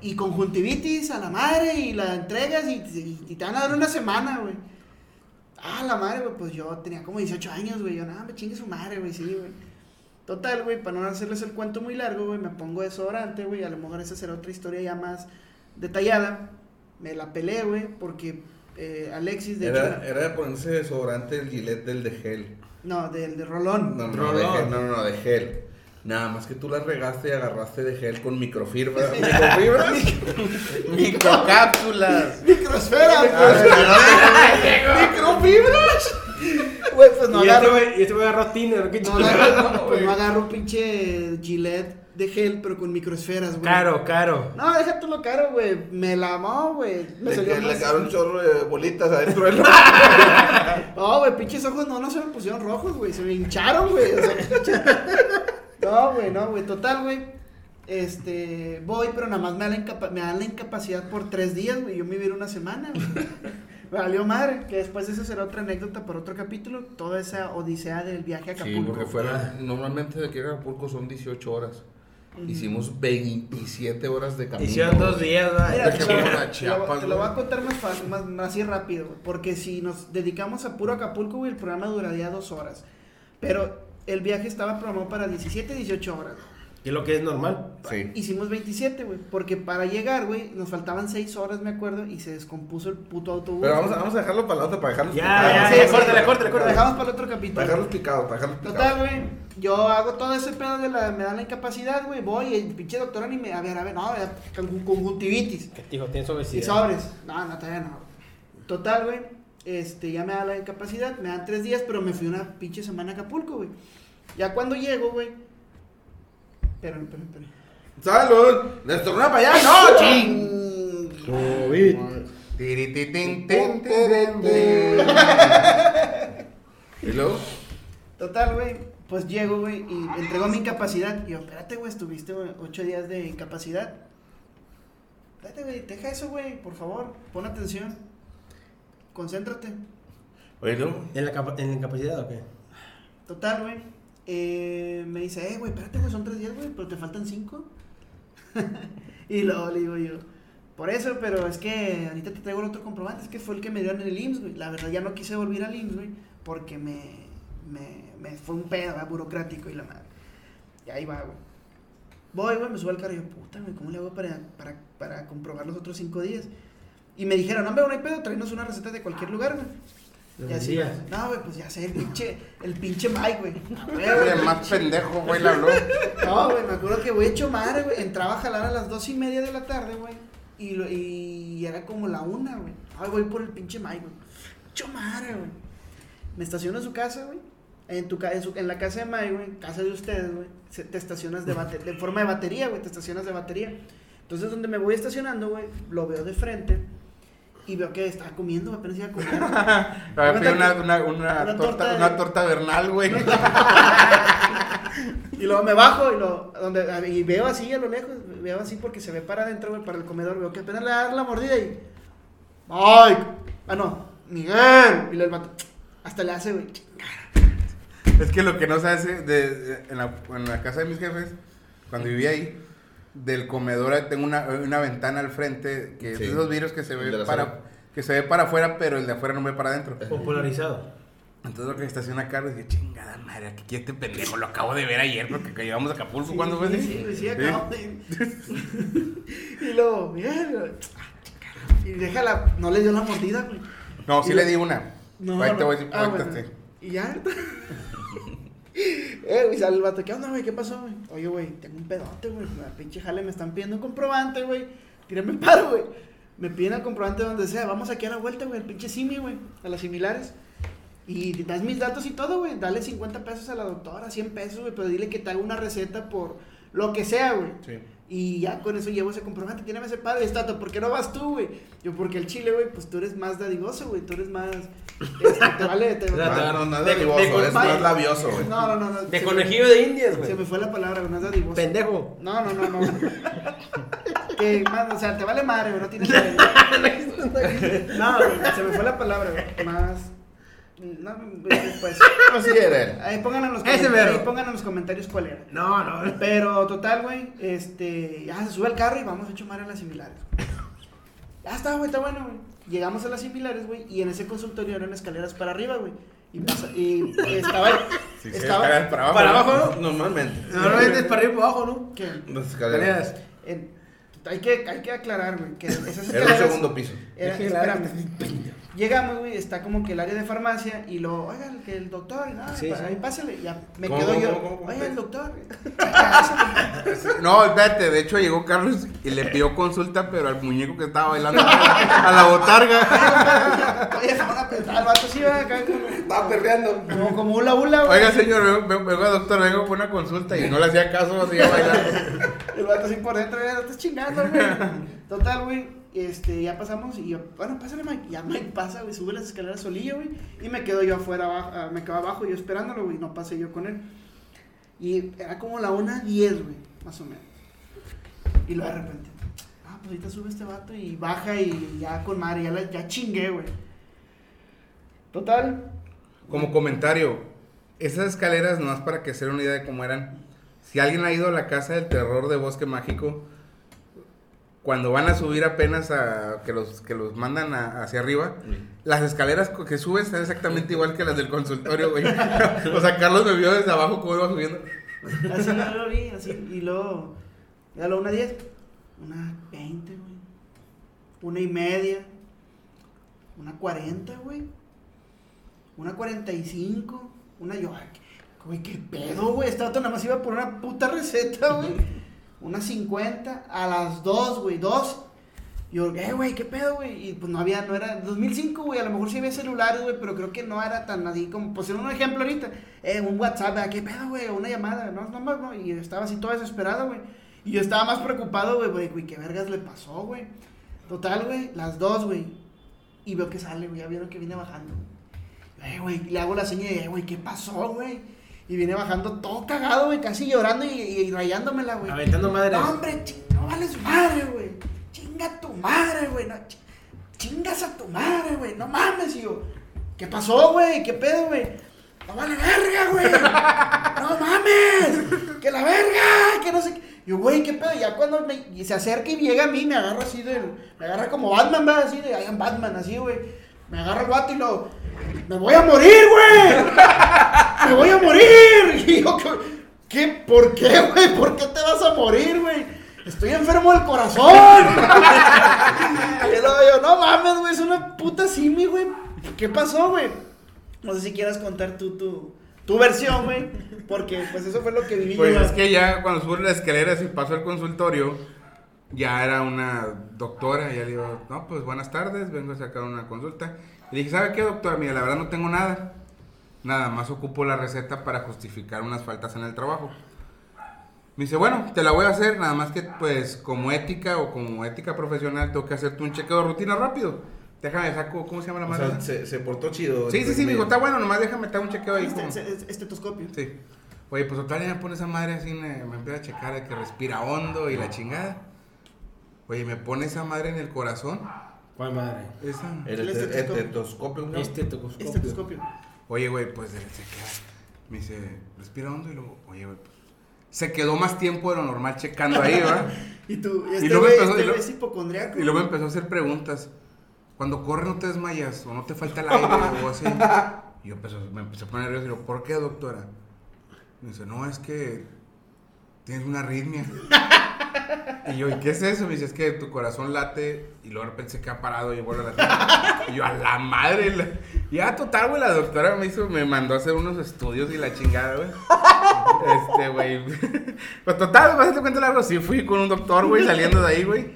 [SPEAKER 1] y conjuntivitis a la madre y la entregas y, y- y te van a dar una semana, güey. Ah, la madre, güey, pues yo tenía como 18 años, güey. Yo, nada, me chingue su madre, güey, sí, güey. Total, güey, para no hacerles el cuento muy largo, güey, me pongo desodorante, güey. A lo mejor esa será otra historia ya más detallada. Me la peleé, güey, porque eh, Alexis, de
[SPEAKER 2] Era,
[SPEAKER 1] hecho.
[SPEAKER 2] era de ponerse desodorante el gilet del de gel.
[SPEAKER 1] No, del de Rolón.
[SPEAKER 2] No, no, no,
[SPEAKER 5] Rolón.
[SPEAKER 2] de gel. No, no, no, de gel. Nada más que tú la regaste y agarraste de gel con microfibra. ¿Microfibra?
[SPEAKER 3] Microcápsulas.
[SPEAKER 1] ¡Microsfera! ¡Microfibras! Güey, pues no
[SPEAKER 5] y este
[SPEAKER 1] agarro.
[SPEAKER 5] güey- y este güey agarró Tinder, qué
[SPEAKER 1] No
[SPEAKER 5] chingada.
[SPEAKER 1] agarro, pues, no agarro pinche Gillette de gel, pero con microesferas, güey.
[SPEAKER 5] Caro, caro.
[SPEAKER 1] No, déjate lo caro, güey. Me la amó, güey. Me
[SPEAKER 2] Le,
[SPEAKER 1] salió
[SPEAKER 2] le
[SPEAKER 1] más-
[SPEAKER 2] quedaron un chorro de bolitas adentro del
[SPEAKER 1] No, güey, pinches ojos no, no se me pusieron rojos, güey. Se me hincharon, güey. o sea, pinche- no, güey, no, güey. Total, güey. Este, voy, pero nada más me dan la, incapa- me dan la incapacidad por tres días, güey. Yo me iba a ir una semana, güey. Me Valió madre, que después esa será otra anécdota para otro capítulo. Toda esa odisea del viaje a
[SPEAKER 2] Sí,
[SPEAKER 1] Acapulco.
[SPEAKER 2] porque fuera, normalmente de aquí a Acapulco son 18 horas. Hicimos 27 horas de camino.
[SPEAKER 5] Hicieron dos
[SPEAKER 2] güey.
[SPEAKER 5] días,
[SPEAKER 1] Mira,
[SPEAKER 5] ¿verdad?
[SPEAKER 2] de
[SPEAKER 1] te,
[SPEAKER 2] Chiapas,
[SPEAKER 1] lo- te lo,
[SPEAKER 2] Chiapas,
[SPEAKER 1] te lo voy a
[SPEAKER 2] güey.
[SPEAKER 1] contar más, fácil, más, más así rápido, güey, porque si nos dedicamos a puro Acapulco, güey, el programa duraría dos horas. Pero el viaje estaba programado para 17, 18 horas.
[SPEAKER 5] Que es lo que es normal.
[SPEAKER 2] Sí.
[SPEAKER 1] Hicimos 27, güey, porque para llegar, güey, nos faltaban 6 horas, me acuerdo, y se descompuso el puto autobús.
[SPEAKER 2] Pero vamos a, vamos a dejarlo para la otra, para dejarlos
[SPEAKER 5] Ah, Ya,
[SPEAKER 2] picados.
[SPEAKER 5] ya,
[SPEAKER 1] Ah, Sí,
[SPEAKER 5] ya,
[SPEAKER 1] sí,
[SPEAKER 5] córtale,
[SPEAKER 1] sí.
[SPEAKER 5] córtale,
[SPEAKER 1] Lo
[SPEAKER 5] córtale.
[SPEAKER 1] dejamos para el otro capítulo.
[SPEAKER 2] Para dejarlos picados, para dejarlos picados.
[SPEAKER 1] Total, güey. Yo hago todo ese pedo de la. Me dan la incapacidad, güey. Voy y el pinche doctor ni me. A ver, a ver, no, ya, con- conjuntivitis.
[SPEAKER 5] Que te dijo, tienes
[SPEAKER 1] Y
[SPEAKER 5] obesidad.
[SPEAKER 1] sobres. No, no, todavía no. Total, güey. Este, ya me da la incapacidad. Me dan tres días, pero me fui una pinche semana a Acapulco, güey. Ya cuando llego, güey. Espérame, espérame, espérame.
[SPEAKER 2] ¡Salud! ¡Destornada para allá! ¡No, ching!
[SPEAKER 4] COVID.
[SPEAKER 3] Tirititín, tin, tin, tin, tin.
[SPEAKER 2] ¿Y luego?
[SPEAKER 1] Total, güey. Pues llego, güey, y entregó mi incapacidad. Y yo, espérate, güey, estuviste güey, ocho días de incapacidad. Espérate, güey, deja eso, güey, por favor. Pon atención. Concéntrate.
[SPEAKER 2] Oye, luego.
[SPEAKER 5] ¿En la, capa- ¿En la incapacidad o qué?
[SPEAKER 1] Total, güey. eh, me dice, eh, güey, espérate, güey, son tres días, güey, pero te faltan cinco. y luego le digo yo, por eso, pero es que ahorita te traigo el otro comprobante, es que fue el que me dieron en el IMSS, güey. La verdad, ya no quise volver al IMSS, güey, porque me, me, me fue un pedo, ¿verdad? burocrático y la madre. Y ahí va, güey. Voy, güey, me subo al carro y yo, puta, güey, ¿cómo le hago para, para, para comprobar los otros cinco días? Y me dijeron, no, hombre, no hay pedo, tráenos una receta de cualquier lugar, güey.
[SPEAKER 5] Los
[SPEAKER 1] Y así,
[SPEAKER 5] días.
[SPEAKER 1] no, güey, pues ya sé, el pinche, el pinche Mike, güey. A huevo,
[SPEAKER 3] El más pendejo, güey, le habló.
[SPEAKER 1] No, güey, me acuerdo que güey hecho madre, güey. Entraba a jalar a las dos y media de la tarde, güey. Y, lo- y era como la una, güey. Ay, voy por el pinche Mike, güey. Hecho madre, güey. Me estaciono en su casa, güey. En, tu, ca- en, su- en la casa de Mike, güey, casa de ustedes, güey, se- te estacionas de, bate- de forma de batería, güey, te estacionas de batería. Entonces, donde me voy estacionando, güey, lo veo de frente y veo que estaba comiendo, güey, apenas iba a comer. güey.
[SPEAKER 3] A ver, pidió una, una, una,
[SPEAKER 1] Una torta
[SPEAKER 3] torta,
[SPEAKER 1] de-
[SPEAKER 3] una torta vernal, güey.
[SPEAKER 1] Y luego me bajo y, lo, donde, y veo así a lo lejos, veo así porque se ve para adentro, güey, para el comedor, veo que apenas le da la mordida y... ¡Ay! Ah, no, Miguel. Y luego el vato, hasta le hace, güey.
[SPEAKER 3] Es que lo que no se hace de, de- en, la, en la casa de mis jefes, cuando vivía ahí, del comedor ahí tengo una, una ventana al frente, que
[SPEAKER 2] Sí.
[SPEAKER 3] es de esos vidrios que se
[SPEAKER 2] El de
[SPEAKER 3] ve
[SPEAKER 2] la sala.
[SPEAKER 3] para que se ve para afuera, pero el de afuera no ve para adentro.
[SPEAKER 5] Popularizado.
[SPEAKER 3] Entonces lo que estaciona acá, dije, chingada madre, aquí qué este pendejo, lo acabo de ver ayer porque que llevamos a Acapulco, ¿cuándo fue?
[SPEAKER 1] Sí,
[SPEAKER 3] ese?
[SPEAKER 1] sí, güey, sí,
[SPEAKER 3] Sí.
[SPEAKER 1] acabo de- y luego, Miguel. güey, ah, chingada. Y déjala, no le dio la mordida, güey.
[SPEAKER 3] No, sí
[SPEAKER 1] Y
[SPEAKER 3] le
[SPEAKER 1] lo-
[SPEAKER 3] di una.
[SPEAKER 1] No,
[SPEAKER 3] ahí te
[SPEAKER 1] no.
[SPEAKER 3] voy a decir,
[SPEAKER 1] Ah,
[SPEAKER 3] ahorita
[SPEAKER 1] bueno.
[SPEAKER 3] sí.
[SPEAKER 1] Y ya. eh, güey, sale el vato. ¿Qué onda, güey? ¿Qué pasó, güey? Oye, güey, tengo un pedote, güey. La pinche jale me están pidiendo un comprobante, güey. Tírame el paro, güey. Me piden el comprobante donde sea. Vamos aquí a la vuelta, güey. El pinche simi, güey. A las similares. Y te das mis datos y todo, güey. Dale 50 pesos a la doctora, 100 pesos, güey. Pero dile que te haga una receta por lo que sea, güey.
[SPEAKER 2] Sí.
[SPEAKER 1] Y ya con eso llevo ese comprobante, tírame ese padre, estato, ¿por qué no vas tú, güey? Yo, porque el chile, güey, pues tú eres más dadivoso, güey, tú eres más... este, te vale, te
[SPEAKER 5] Claro.
[SPEAKER 2] No, no, no es
[SPEAKER 5] De- de
[SPEAKER 2] dadivoso, es
[SPEAKER 1] colmado.
[SPEAKER 2] más labioso, güey.
[SPEAKER 1] No, no, no, no.
[SPEAKER 5] De
[SPEAKER 1] se
[SPEAKER 5] conejillo de indias,
[SPEAKER 1] Me,
[SPEAKER 5] güey.
[SPEAKER 1] se me fue la palabra, güey, no es dadivoso.
[SPEAKER 5] Pendejo.
[SPEAKER 1] No, no, no, no. que, más, o sea, te vale madre, güey, no tienes... madre. no, güey, se me fue la palabra, güey, más... No, pues...
[SPEAKER 2] Así era él.
[SPEAKER 1] Ahí pongan en los
[SPEAKER 5] Ese
[SPEAKER 1] comentarios,
[SPEAKER 5] mero.
[SPEAKER 1] ahí pongan en los comentarios cuál era.
[SPEAKER 5] No, no.
[SPEAKER 1] Pero total, güey, este, ya se sube al carro y vamos a chumar a las similares. Ya está, güey, está bueno, güey. Llegamos a las similares, güey, y en ese consultorio eran escaleras para arriba, güey. Y, pasa- y estaba,
[SPEAKER 3] Sí, sí,
[SPEAKER 1] estaba,
[SPEAKER 3] está para abajo.
[SPEAKER 5] Para
[SPEAKER 3] ¿no?
[SPEAKER 5] abajo,
[SPEAKER 2] Normalmente.
[SPEAKER 5] Normalmente es para arriba y para abajo, ¿no?
[SPEAKER 1] que,
[SPEAKER 2] Las escaleras.
[SPEAKER 5] Tareas.
[SPEAKER 1] en- hay que, hay que aclarar, güey, que esas
[SPEAKER 2] Era un
[SPEAKER 1] escaleras
[SPEAKER 2] segundo piso.
[SPEAKER 1] era-
[SPEAKER 5] Deje de
[SPEAKER 1] espérate.
[SPEAKER 5] ladrar.
[SPEAKER 1] Llegamos, güey, está como que el área de farmacia y lo, oiga, el, que el doctor, nada,
[SPEAKER 5] Sí,
[SPEAKER 1] pa-
[SPEAKER 5] sí.
[SPEAKER 1] ahí pásale. Ya me
[SPEAKER 2] ¿Cómo,
[SPEAKER 1] quedo
[SPEAKER 2] cómo,
[SPEAKER 1] yo,
[SPEAKER 2] cómo, cómo, Pues. cómo?
[SPEAKER 1] oiga, el doctor. pásale".
[SPEAKER 3] No, espérate, de hecho llegó Carlos y le pidió consulta, pero al muñeco que estaba bailando a la botarga.
[SPEAKER 1] Oye, se van a pensar, el vato sí va acá con-
[SPEAKER 2] Va perreando.
[SPEAKER 1] Como, como hula hula, güey.
[SPEAKER 3] Oiga, señor, vengo, vengo- vengo, doctor, vengo por una consulta y no le hacía caso, seguía bailando.
[SPEAKER 1] El vato así por dentro, ya no estás chingando, güey. Total, güey. Este, ya pasamos y yo, bueno, pásale, Mike. Ya Mike pasa, güey, sube las escaleras solillo, güey. Y me quedo yo afuera, abajo, ah, me quedo abajo yo esperándolo, güey. No pasé yo con él. Y era como la 1.10, güey, más o menos. Y luego de repente, ah, pues ahorita sube este vato y baja y ya con madre, ya, la- ya chingué, güey. Total,
[SPEAKER 3] Como comentario, esas escaleras, nomás para que se den una idea de cómo eran, Si alguien ha ido a la casa del terror de Bosque Mágico, cuando van a subir apenas a que los que los mandan a- hacia arriba, las escaleras co- que subes están exactamente igual que las del consultorio, güey. o sea, Carlos me vio desde abajo cómo iba subiendo.
[SPEAKER 1] Así no lo vi, así. Y luego, ya lo una 10, una 20, güey. Una y media. Una 40, güey. Una 45. Una yo, ay, güey, qué pedo, güey. Esta otra nada más iba por una puta receta, güey. Una 50 a las 2, güey, 2. Yo, eh, güey, qué pedo, güey. Y pues no había, no era. 2005, güey, a lo mejor sí había celulares, güey, pero creo que no era tan así como. Pues era un ejemplo ahorita. Eh, un WhatsApp, ¿a qué pedo, güey? Una llamada, no, no más, no. Y yo estaba así todo desesperado, güey. Y yo estaba más preocupado, güey, güey, güey, qué vergas le pasó, güey. Total, güey, las dos, güey. Y veo que sale, güey, ya vieron que viene bajando. Eh, güey, le hago la seña de, eh, güey, ¿qué pasó, güey? Y viene bajando todo cagado, güey, casi llorando y, y rayándomela, güey.
[SPEAKER 5] Aventando madres.
[SPEAKER 1] No, hombre, ching, no vale su madre, güey. Chinga tu madre, güey. No, chi- chingas a tu madre, güey. No mames, y yo. ¿Qué pasó, güey? ¿Qué pedo, güey? No vale verga, güey. No mames. Que la verga, que no sé qué. Yo, güey, ¿qué pedo? Ya cuando me- y se acerca y llega a mí, me agarra así de. Me agarra como Batman, va, así de. I am Batman, así, güey. Me agarra el guato y lo. ¡Me voy a morir, güey! ¡Me voy a morir! Y yo, ¿qué? ¿qué? ¿Por qué, güey? ¿Por qué te vas a morir, güey? Estoy enfermo del corazón. y luego yo, no mames, güey, es una puta simi, güey. ¿Qué pasó, güey? No sé si quieras contar tú tu, tu versión, güey. Porque, pues, eso fue lo que viví
[SPEAKER 3] Pues
[SPEAKER 1] yo.
[SPEAKER 3] es que ya cuando subes las escaleras y paso al consultorio, ya era una doctora, ya le digo, no, pues buenas tardes, vengo a sacar una consulta. Y dije, ¿sabe qué, doctora? Mira, la verdad no tengo nada. Nada más ocupo la receta para justificar unas faltas en el trabajo. Me dice, bueno, te la voy a hacer, nada más que pues como ética o como ética profesional tengo que hacerte un chequeo de rutina rápido. Déjame, saco, ¿cómo se llama la
[SPEAKER 2] O
[SPEAKER 3] madre?
[SPEAKER 2] sea, se, se portó chido.
[SPEAKER 3] sí, sí, sí, me dijo, está bueno, nomás déjame, te hago un chequeo ahí.
[SPEAKER 1] Este-
[SPEAKER 3] como-
[SPEAKER 1] este- este- Estetoscopio.
[SPEAKER 3] Sí. Oye, pues total, ya me pone esa madre así, me, me empieza a checar de que respira hondo y la chingada. Oye, me pone esa madre en el corazón.
[SPEAKER 5] ¿Cuál madre?
[SPEAKER 3] Esa.
[SPEAKER 2] El
[SPEAKER 1] El
[SPEAKER 2] este-
[SPEAKER 1] estetoscopio.
[SPEAKER 2] estetoscopio, ¿no?
[SPEAKER 5] Este tocoscopio.
[SPEAKER 1] Estetoscopio.
[SPEAKER 3] Oye, güey, pues él se queda. Me dice, respira hondo y luego, oye, güey, pues. Se quedó más tiempo de lo normal checando ahí, ¿verdad?
[SPEAKER 1] Y tú,
[SPEAKER 3] Y
[SPEAKER 1] este
[SPEAKER 3] luego
[SPEAKER 1] güey
[SPEAKER 3] empezó- y
[SPEAKER 1] este
[SPEAKER 3] luego-
[SPEAKER 1] güey es hipocondriaco.
[SPEAKER 3] Y luego me empezó a hacer preguntas. Cuando corre no te desmayas o no te falta el aire o así. Y yo empezó- me empecé a poner nervioso y digo, ¿por qué, doctora? Me dice, no, es que tienes una arritmia. Y yo, ¿y qué es eso? Me dice, es que tu corazón late y luego de repente se queda parado y vuelve a latir. Y yo, a la madre. la- Ya, total, güey, la doctora me hizo, me mandó a hacer unos estudios y la chingada, güey. Este, güey. Pues total, vas a cuenta largo, sí fui con un doctor, güey, saliendo de ahí, güey.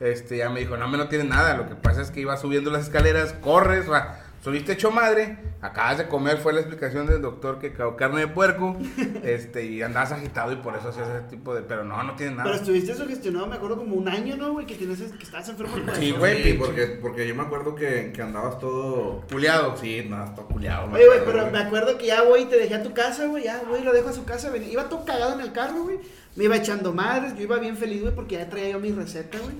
[SPEAKER 3] Este, ya me dijo, no, me no tienes nada. Lo que pasa es que iba subiendo las escaleras, corres, o sea, subiste hecho madre. Acabas de comer, fue la explicación del doctor que cagó carne de puerco. Este, y andabas agitado y por eso hacías ese tipo de. Pero no, no tienes nada.
[SPEAKER 1] Pero estuviste sugestionado, me acuerdo, como un año, ¿no, güey? Que, tienes, que estabas enfermo del corazón.
[SPEAKER 3] Sí, güey,
[SPEAKER 2] Sí,
[SPEAKER 3] pinche.
[SPEAKER 2] porque, porque yo me acuerdo que, que andabas todo.
[SPEAKER 3] Puleado.
[SPEAKER 2] Sí, andabas todo culiado. me
[SPEAKER 1] Oye, güey,
[SPEAKER 2] acuerdo,
[SPEAKER 1] pero me acuerdo que ya, güey, te dejé a tu casa, güey, ya, güey, lo dejo a su casa, güey. Iba todo cagado en el carro, güey. Me iba echando madres, yo iba bien feliz, güey, porque ya traía yo mi receta, güey.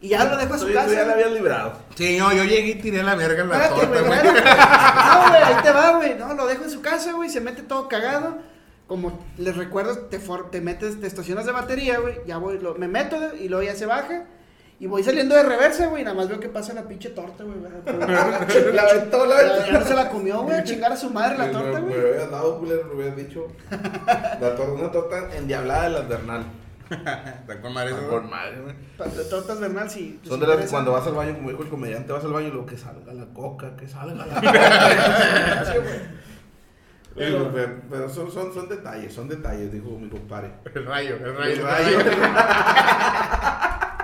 [SPEAKER 1] Y ya lo dejo a
[SPEAKER 2] Tú-
[SPEAKER 1] su
[SPEAKER 2] tú
[SPEAKER 1] casa.
[SPEAKER 2] ya la
[SPEAKER 1] güey.
[SPEAKER 2] habías librado.
[SPEAKER 3] Sí, no, yo llegué y tiré la verga en la
[SPEAKER 1] Espérate,
[SPEAKER 3] torta,
[SPEAKER 1] güey,
[SPEAKER 3] güey.
[SPEAKER 1] espérate. No, güey, ahí te va, güey. No, lo dejo en su casa, güey, se mete todo cagado. Como les recuerdo, te, for- te metes, te estacionas de batería, güey. Ya voy, lo- me meto güey, y luego ya se baja. Y voy saliendo de reversa, güey. y Nada más veo que pasa la pinche torta, güey.
[SPEAKER 2] La aventó, la aventó.
[SPEAKER 1] Ya no se la comió, güey. A chingar a su madre la torta, güey.
[SPEAKER 2] Me hubieras dado, culero, me hubieras dicho. La torta, una torta endiablada de las Bernal.
[SPEAKER 3] Está con madre,
[SPEAKER 2] Está
[SPEAKER 3] eso.
[SPEAKER 2] con madre, güey.
[SPEAKER 1] Tortas Bernal, sí.
[SPEAKER 2] Son de las que cuando vas al baño, como dijo el comediante, vas al baño y luego que salga la coca, que salga la
[SPEAKER 1] Ah,
[SPEAKER 2] coca. Sí, güey. Pero, pero- pero son, son, son detalles, son detalles, dijo mi compadre.
[SPEAKER 3] El rayo, el rayo.
[SPEAKER 2] El rayo.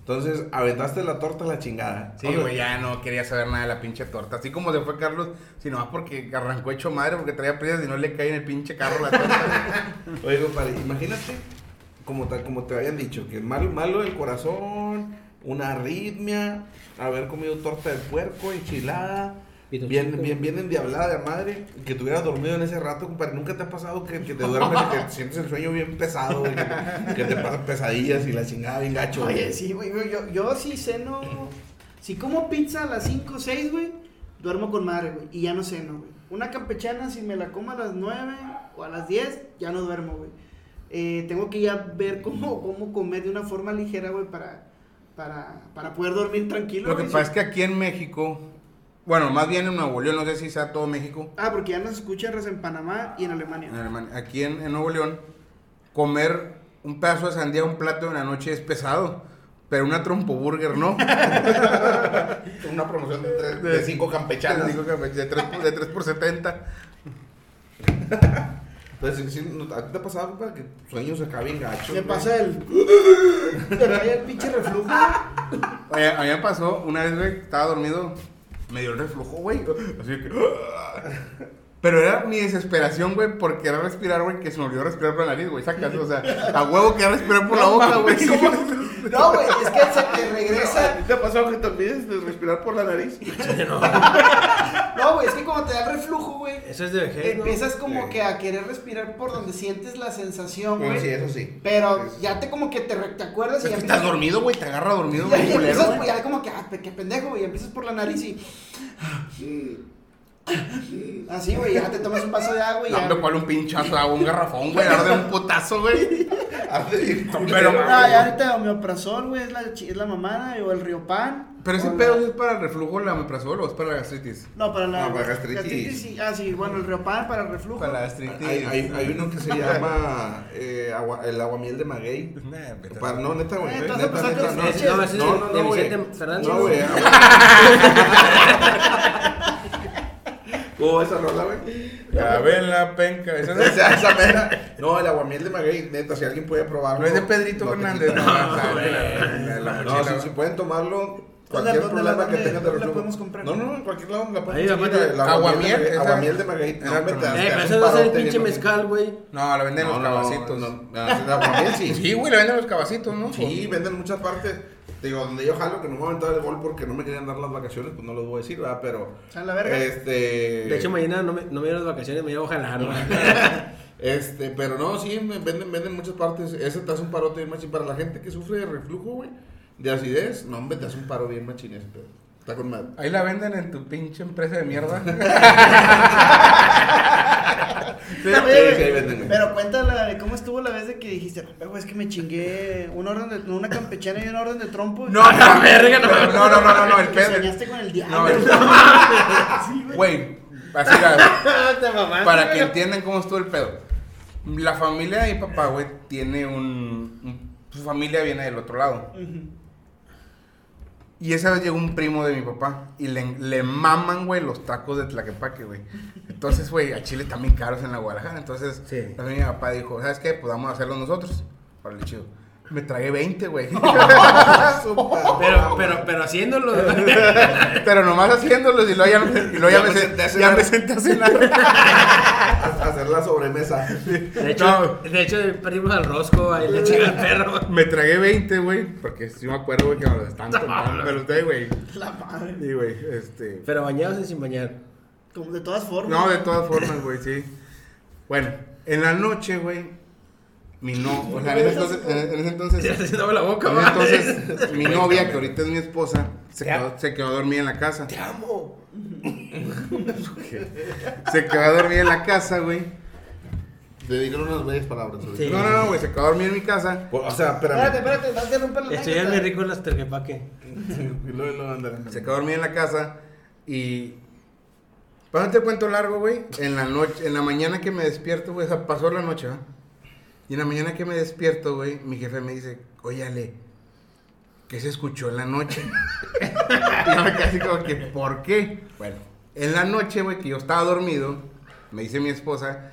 [SPEAKER 2] Entonces, aventaste la torta a la chingada.
[SPEAKER 3] Sí,
[SPEAKER 2] O sea,
[SPEAKER 3] güey, ya no quería saber nada de la pinche torta. Así como se fue Carlos, sino más porque arrancó hecho madre porque traía prisas y no le caía en el pinche carro la torta.
[SPEAKER 2] Oye, compadre, imagínate, como, tal, como te habían dicho, que malo, malo el corazón, una arritmia, haber comido torta de puerco, enchilada,
[SPEAKER 4] Pito
[SPEAKER 2] bien,
[SPEAKER 4] chico.
[SPEAKER 2] bien, bien endiablada de madre, que te hubieras dormido en ese rato, compadre. ¿Nunca te ha pasado que, que te duermes y que sientes el sueño bien pesado, güey, que, que te pasan pesadillas y la chingada bien gacho? güey?
[SPEAKER 1] Oye, sí, güey. güey, Yo, yo sí ceno. Si como pizza a las 5 o 6, güey, duermo con madre, güey. Y ya no ceno, güey. Una campechana, si me la como a las 9 o a las 10, ya no duermo, güey. eh, tengo que ya ver cómo, cómo comer de una forma ligera, güey, para, para, para poder dormir tranquilo.
[SPEAKER 3] Lo que
[SPEAKER 1] güey.
[SPEAKER 3] pasa es que aquí en México, bueno, más bien en Nuevo León, no sé si sea todo México,
[SPEAKER 1] Ah, porque ya nos escuchan res en Panamá y en Alemania.
[SPEAKER 3] en Alemania, aquí en, en Nuevo León, comer un pedazo de sandía, un plato en la noche es pesado, pero una trompo burger no.
[SPEAKER 2] Una promoción de, tres, de cinco campechanas.
[SPEAKER 3] Digo que pues, de 3, de tres por 70.
[SPEAKER 2] Entonces, sí, no- ¿a ti te ha pasado para que tus sueños acá bien gachos?
[SPEAKER 1] Me
[SPEAKER 2] güey?
[SPEAKER 1] pasa el. Te cae el pinche reflujo.
[SPEAKER 3] Oye, a mí me pasó una vez, güey, estaba dormido, me dio el reflujo, güey. Así que. Pero era mi desesperación, güey, por querer respirar, güey, que se me olvidó respirar por la nariz, güey. Sacas, o sea, a huevo quería respirar por la boca, güey.
[SPEAKER 5] No, güey, es que se te regresa.
[SPEAKER 2] ¿Te ha pasado que te olvides de respirar por la nariz?
[SPEAKER 1] No, güey, es que cuando te da el reflujo, güey,
[SPEAKER 5] Eso es de
[SPEAKER 3] Eh,
[SPEAKER 5] vejez, ¿no?
[SPEAKER 1] empiezas como
[SPEAKER 2] Sí.
[SPEAKER 1] que a querer respirar por donde sientes la sensación,
[SPEAKER 2] Bueno,
[SPEAKER 1] güey.
[SPEAKER 2] sí, eso sí.
[SPEAKER 1] Pero
[SPEAKER 2] Eso sí.
[SPEAKER 1] ya te como que te, re- te acuerdas y
[SPEAKER 3] Es que
[SPEAKER 1] ya
[SPEAKER 3] estás
[SPEAKER 1] empiezas-
[SPEAKER 3] dormido, güey, te agarra dormido,
[SPEAKER 1] Ya,
[SPEAKER 3] güey,
[SPEAKER 1] ya
[SPEAKER 3] culero,
[SPEAKER 1] empiezas,
[SPEAKER 3] güey.
[SPEAKER 1] ya como que, ah, pe- qué pendejo, güey. Empiezas por la nariz y. Así, güey, ya te tomas un vaso de agua y
[SPEAKER 3] No,
[SPEAKER 1] ya.
[SPEAKER 3] me
[SPEAKER 1] güey.
[SPEAKER 3] cual un pinchazo, ah, un garrafón, güey, arde un putazo, güey.
[SPEAKER 2] Hazte bien
[SPEAKER 3] Pero,
[SPEAKER 2] culero.
[SPEAKER 1] Ah, ya ahorita homeoprazol, güey, es la, chi- es la mamada, o el riopan.
[SPEAKER 3] Pero ese
[SPEAKER 1] o la-
[SPEAKER 3] pedo es para el reflujo, la omeprazol o es para la gastritis.
[SPEAKER 1] No, para la
[SPEAKER 2] No, para gastritis.
[SPEAKER 1] sí. Ah, sí, bueno, el riopan para el reflujo.
[SPEAKER 3] Para la
[SPEAKER 2] Hay,
[SPEAKER 3] gastritis.
[SPEAKER 2] hay- hay uno que se llama eh, agua- el aguamiel de maguey.
[SPEAKER 3] Nah, vete a-
[SPEAKER 2] Pa- no, neta, güey.
[SPEAKER 1] Eh,
[SPEAKER 2] neta,
[SPEAKER 1] estás
[SPEAKER 2] neta,
[SPEAKER 1] empezando
[SPEAKER 2] no,
[SPEAKER 1] a hacer-
[SPEAKER 2] sí,
[SPEAKER 1] no,
[SPEAKER 5] ese es
[SPEAKER 2] no,
[SPEAKER 5] el-
[SPEAKER 2] no,
[SPEAKER 5] de
[SPEAKER 2] no, güey.
[SPEAKER 5] Vicente Fernández,
[SPEAKER 2] No,
[SPEAKER 5] ¿no?
[SPEAKER 2] güey. ¿Cómo Oh, esa rola, güey?
[SPEAKER 3] Ya ven la penca. Esa es
[SPEAKER 2] Esa, esa mera. No, el aguamiel de maguey, neta, si alguien puede probarlo.
[SPEAKER 3] No es de Pedrito
[SPEAKER 2] no,
[SPEAKER 3] Fernández.
[SPEAKER 2] no,
[SPEAKER 3] No,
[SPEAKER 2] no,
[SPEAKER 3] la- la- la- la
[SPEAKER 2] No,
[SPEAKER 3] mochila,
[SPEAKER 2] si, si
[SPEAKER 3] güey.
[SPEAKER 2] pueden tomarlo, cualquier
[SPEAKER 1] dónde-
[SPEAKER 2] problema
[SPEAKER 1] dónde-
[SPEAKER 2] que tengan
[SPEAKER 1] dónde
[SPEAKER 2] de
[SPEAKER 1] Pues la
[SPEAKER 2] reflujo.
[SPEAKER 1] podemos comprar?
[SPEAKER 2] No, no, en cualquier lado la
[SPEAKER 5] Ahí,
[SPEAKER 2] podemos conseguir.
[SPEAKER 5] aparte-
[SPEAKER 2] El aguamiel de
[SPEAKER 3] Aguamiel,
[SPEAKER 2] maguey-
[SPEAKER 3] esa-
[SPEAKER 2] aguamiel de maguey.
[SPEAKER 3] Era
[SPEAKER 2] No, hombre, te
[SPEAKER 3] como-
[SPEAKER 2] das-
[SPEAKER 5] Eh,
[SPEAKER 2] te
[SPEAKER 5] pero
[SPEAKER 2] das
[SPEAKER 5] ese
[SPEAKER 2] un
[SPEAKER 5] no es el
[SPEAKER 2] parote
[SPEAKER 5] pinche
[SPEAKER 2] bien
[SPEAKER 5] mezcal, güey.
[SPEAKER 3] No, la venden en
[SPEAKER 2] No,
[SPEAKER 3] los
[SPEAKER 2] no,
[SPEAKER 3] cabacitos.
[SPEAKER 2] no, no, el Ah, aguamiel sí.
[SPEAKER 3] Pues Sí, güey, la venden en los cabacitos, ¿no?
[SPEAKER 2] Sí, venden en muchas partes. Te digo, donde yo jalo que no me voy a aventar el gol porque no me querían dar las vacaciones, pues no los voy a decir, ¿verdad? Pero.
[SPEAKER 1] A la verga.
[SPEAKER 2] Este.
[SPEAKER 5] De hecho, mañana no me, no me dieron las vacaciones, me llevo a jalar, güey.
[SPEAKER 2] Este, pero no, sí, me venden, venden en muchas partes. Ese te hace un parote bien machín. Para la gente que sufre de reflujo, güey, de acidez, no, hombre, te hace un paro bien machín ese pedo. Está con madre.
[SPEAKER 3] Ahí la venden en tu pinche empresa de mierda.
[SPEAKER 1] Oye,
[SPEAKER 2] sí, ahí
[SPEAKER 1] güey,
[SPEAKER 2] venden, güey.
[SPEAKER 1] Pero cuéntala de cómo estuvo la vez de que dijiste, "No, güey, es que me chingué un orden de, una campechana y un orden de trompo.
[SPEAKER 3] No, no, verga, no. No, no, no, no, no, el
[SPEAKER 1] Que
[SPEAKER 3] pedo.
[SPEAKER 1] soñaste con el
[SPEAKER 3] No,
[SPEAKER 1] diablo.
[SPEAKER 3] el- Güey, así la- para que entiendan cómo estuvo el pedo. La familia de mi papá, güey, tiene un, un- Su familia viene del otro lado.
[SPEAKER 1] Ujú.
[SPEAKER 3] Y esa vez llegó un primo de mi papá y le, le maman, güey, los tacos de Tlaquepaque, güey. Entonces, güey, a Chile también caros en la Guadalajara. Entonces,
[SPEAKER 5] Sí.
[SPEAKER 3] también mi papá dijo, ¿sabes qué? Pues vamos a hacerlo nosotros. Órale, chido. Me tragué 20, güey.
[SPEAKER 5] Pero, pero, pero haciéndolo.
[SPEAKER 3] Pero nomás haciéndolos y luego ya, me- y luego ya
[SPEAKER 2] Ya
[SPEAKER 3] me,
[SPEAKER 2] me
[SPEAKER 3] sen-
[SPEAKER 2] senté a
[SPEAKER 3] ya
[SPEAKER 2] cenar.
[SPEAKER 3] me senté a cenar.
[SPEAKER 2] A- Hacer la sobremesa.
[SPEAKER 5] De hecho, de hecho perdimos al Rosco, ahí le chinga el perro.
[SPEAKER 3] Me tragué 20, güey. Porque sí me acuerdo, güey, que me lo están tomando. Pero ustedes, güey.
[SPEAKER 1] La madre.
[SPEAKER 3] Sí, güey, este...
[SPEAKER 5] Pero bañados y sin bañar.
[SPEAKER 1] Como de todas formas.
[SPEAKER 3] No, de todas formas, güey, sí. Bueno, en la noche, güey, mi no, o sea, en ese entonces, en en ese entonces,
[SPEAKER 5] Ya
[SPEAKER 3] en
[SPEAKER 5] te llenaba la boca,
[SPEAKER 3] ese
[SPEAKER 5] va.
[SPEAKER 3] entonces, mi novia, que ahorita es mi esposa, se quedó, se quedó dormida en la casa.
[SPEAKER 5] Te amo.
[SPEAKER 3] Se quedó dormida en la casa, güey.
[SPEAKER 2] Dedican unas bellas palabras. güey.
[SPEAKER 5] Sí.
[SPEAKER 3] No, no, no, güey, se quedó dormida en mi casa.
[SPEAKER 2] O sea,
[SPEAKER 1] Espérate,
[SPEAKER 2] espérame.
[SPEAKER 1] espérate, vas a romper la
[SPEAKER 5] Estoy ya
[SPEAKER 1] anécdota.
[SPEAKER 5] muy rico en las terquepaque.
[SPEAKER 2] Y luego, luego, ándale.
[SPEAKER 3] Se quedó dormida en la casa y... Para no te cuento largo, güey, en la noche, en la mañana que me despierto, güey, o sea, pasó la noche, ¿va? Y en la mañana que me despierto, güey, mi jefe me dice, oye, Ale, ¿qué se escuchó en la noche? y yo me quedé así como que, ¿por qué? Bueno, en la noche, güey, que yo estaba dormido, me dice mi esposa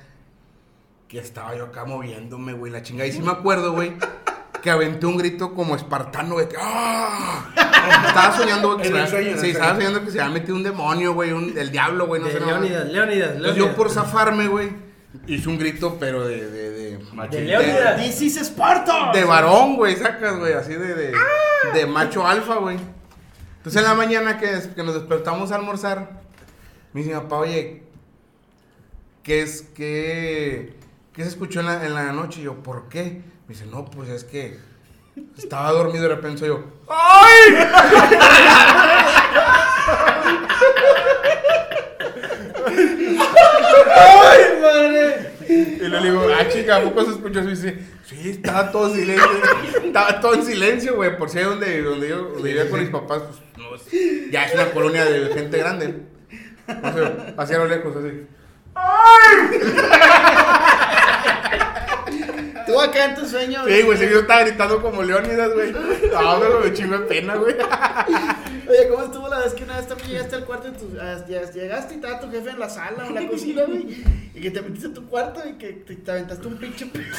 [SPEAKER 3] que estaba yo acá moviéndome, güey, la chingada. Y sí me acuerdo, güey, que aventé un grito como espartano, güey, que, ¡ah! Estaba soñando, güey, que,
[SPEAKER 2] En
[SPEAKER 3] se
[SPEAKER 2] el
[SPEAKER 3] había-
[SPEAKER 2] sueño, en el
[SPEAKER 3] sí, estaba
[SPEAKER 2] sueño.
[SPEAKER 3] soñando que se había metido un demonio, güey, un- el diablo, güey, no
[SPEAKER 5] De
[SPEAKER 3] sé nada más.
[SPEAKER 5] Leónidas, Leónidas,
[SPEAKER 3] Entonces
[SPEAKER 5] Leónidas.
[SPEAKER 3] yo por zafarme, güey, hice un grito, pero de... De, de,
[SPEAKER 5] De Leónidas.
[SPEAKER 1] This is Sparta.
[SPEAKER 3] de varón, güey, sacas, güey, así de, de, de macho alfa, güey. Entonces en la mañana que, des- que nos despertamos a almorzar, me dice mi papá, oye, ¿qué es que qué se escuchó en la, en la noche? Y yo, ¿por qué? Me dice, no, pues es que estaba dormido y de repente soy yo, ¡ay! ¡Ay, madre! Y le digo, ah, chica, ¿a poco se escuchó eso? Y dice, sí, estaba todo en silencio. Estaba todo en silencio, güey. Por si ahí donde, donde yo donde vivía con mis papás, pues no, es- ya es una colonia de gente grande. O sea, hacia lo lejos, así.
[SPEAKER 1] Tú acá en tu sueño.
[SPEAKER 3] Sí, güey, sí, yo estaba gritando como Leónidas, güey. No, me lo chingo de pena, güey.
[SPEAKER 1] Oye, ¿cómo estuvo la vez que una vez también llegaste al cuarto y tu- ah, ya- llegaste y estaba tu jefe en la sala o en la cocina, güey? Y que te metiste a tu cuarto y que te, te aventaste un pinche. pe-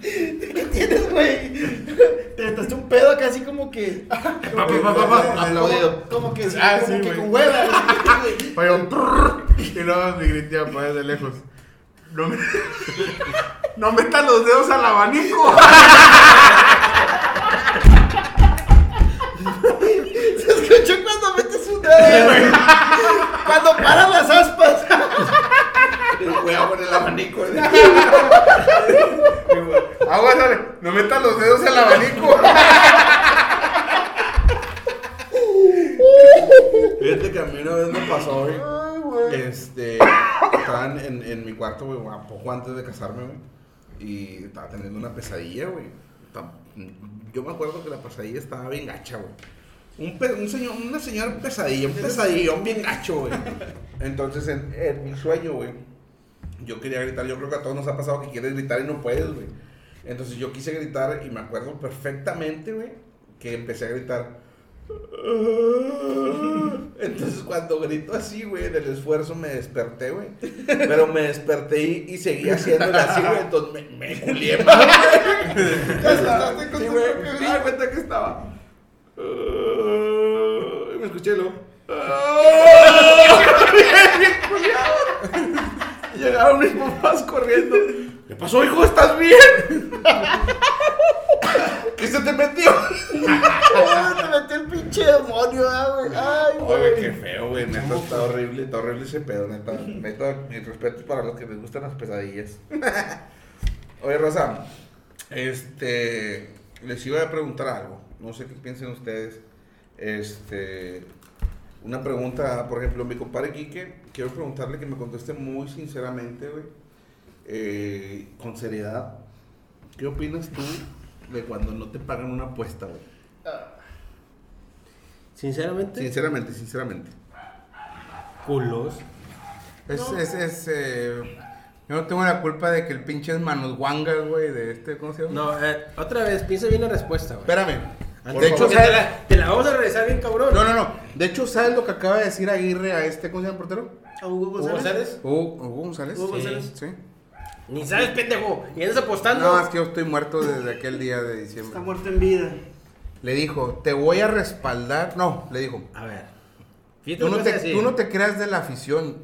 [SPEAKER 1] ¿Qué tienes, güey? Te aventaste un pedo acá así como que.
[SPEAKER 3] Papá, papá, papá,
[SPEAKER 1] Como,
[SPEAKER 3] aplaudido.
[SPEAKER 1] como que,
[SPEAKER 3] Ah,
[SPEAKER 1] como
[SPEAKER 3] sí,
[SPEAKER 1] que
[SPEAKER 3] güey.
[SPEAKER 1] con hueva. güey.
[SPEAKER 3] Oye, un prrr, y luego me grité pues, de lejos. No, me... no metan los dedos al abanico.
[SPEAKER 1] Se escuchó cuando metes un dedo, güey. Cuando paran las aspas.
[SPEAKER 2] Voy a poner el abanico.
[SPEAKER 3] Agua, sale. No metan los dedos al abanico.
[SPEAKER 2] Fíjate que a mí una vez me pasó, güey. Este, estaban en, en mi cuarto, güey, a poco antes de casarme, güey. Y estaba teniendo una pesadilla, güey. Ta- Yo me acuerdo que la pesadilla estaba bien gacha, güey. Un, pe- un señor, una señora pesadilla, un pesadillón bien gacho, güey. Entonces, en, en mi sueño, güey, yo quería gritar. Yo creo que a todos nos ha pasado que quieres gritar y no puedes, güey. Entonces, yo quise gritar y me acuerdo perfectamente, güey, que empecé a gritar. Entonces cuando grito así, güey, del esfuerzo me desperté, güey. Pero me desperté y, y seguí haciéndole así, güey. Entonces me, me culié más, güey.
[SPEAKER 1] asustaste con
[SPEAKER 2] Sí,
[SPEAKER 1] tu
[SPEAKER 2] güey.
[SPEAKER 1] propio
[SPEAKER 2] Me
[SPEAKER 1] grito.
[SPEAKER 2] di cuenta que estaba. Y me escuché lo. Llegaron mis papás corriendo. ¿Qué pasó, hijo? Pues, ¿Estás bien? ¿Qué se te metió?
[SPEAKER 1] Ay, Te metió el pinche demonio, ah, güey. Ay,
[SPEAKER 2] Oye,
[SPEAKER 1] güey.
[SPEAKER 2] qué feo, güey. Neta, está horrible, está horrible ese pedo, neta. Neta, mis respetos para los que les gustan las pesadillas. Oye, Rosa, este. Les iba a preguntar algo. No sé qué piensen ustedes. Este. Una pregunta, por ejemplo, mi compadre Quique. Quiero preguntarle que me conteste muy sinceramente, güey. eh, con seriedad. ¿Qué opinas tú de cuando no te pagan una apuesta, güey?
[SPEAKER 4] Sinceramente,
[SPEAKER 2] Sinceramente, sinceramente.
[SPEAKER 4] culos.
[SPEAKER 3] Es, es, es, eh, yo no tengo la culpa de que el pinche es manos guangas, güey, de este, ¿cómo se llama?
[SPEAKER 4] No, eh, otra vez, piensa bien la respuesta, güey.
[SPEAKER 3] Espérame.
[SPEAKER 4] Antes-
[SPEAKER 3] de hecho,
[SPEAKER 4] porque
[SPEAKER 3] ¿sabes?
[SPEAKER 4] te, la, te la vamos a regresar bien, cabrón.
[SPEAKER 3] No, no, no. De hecho, ¿sabes lo que acaba de decir Aguirre a este, ¿cómo se llama el portero?
[SPEAKER 1] ¿A Hugo
[SPEAKER 4] ¿Hugo González?
[SPEAKER 3] Hugo, Hugo González.
[SPEAKER 1] Hugo
[SPEAKER 3] Sí.
[SPEAKER 1] González.
[SPEAKER 3] Sí.
[SPEAKER 4] Ni sabes, pendejo. Y andas apostando.
[SPEAKER 3] No, es que yo estoy muerto desde aquel día de
[SPEAKER 1] Está
[SPEAKER 3] diciembre.
[SPEAKER 1] muerto en vida.
[SPEAKER 3] Le dijo, te voy a respaldar. No, le dijo,
[SPEAKER 4] A ver. Fíjate
[SPEAKER 3] tú no,
[SPEAKER 4] lo que
[SPEAKER 3] te,
[SPEAKER 4] vas a decir.
[SPEAKER 3] tú no te creas de la afición.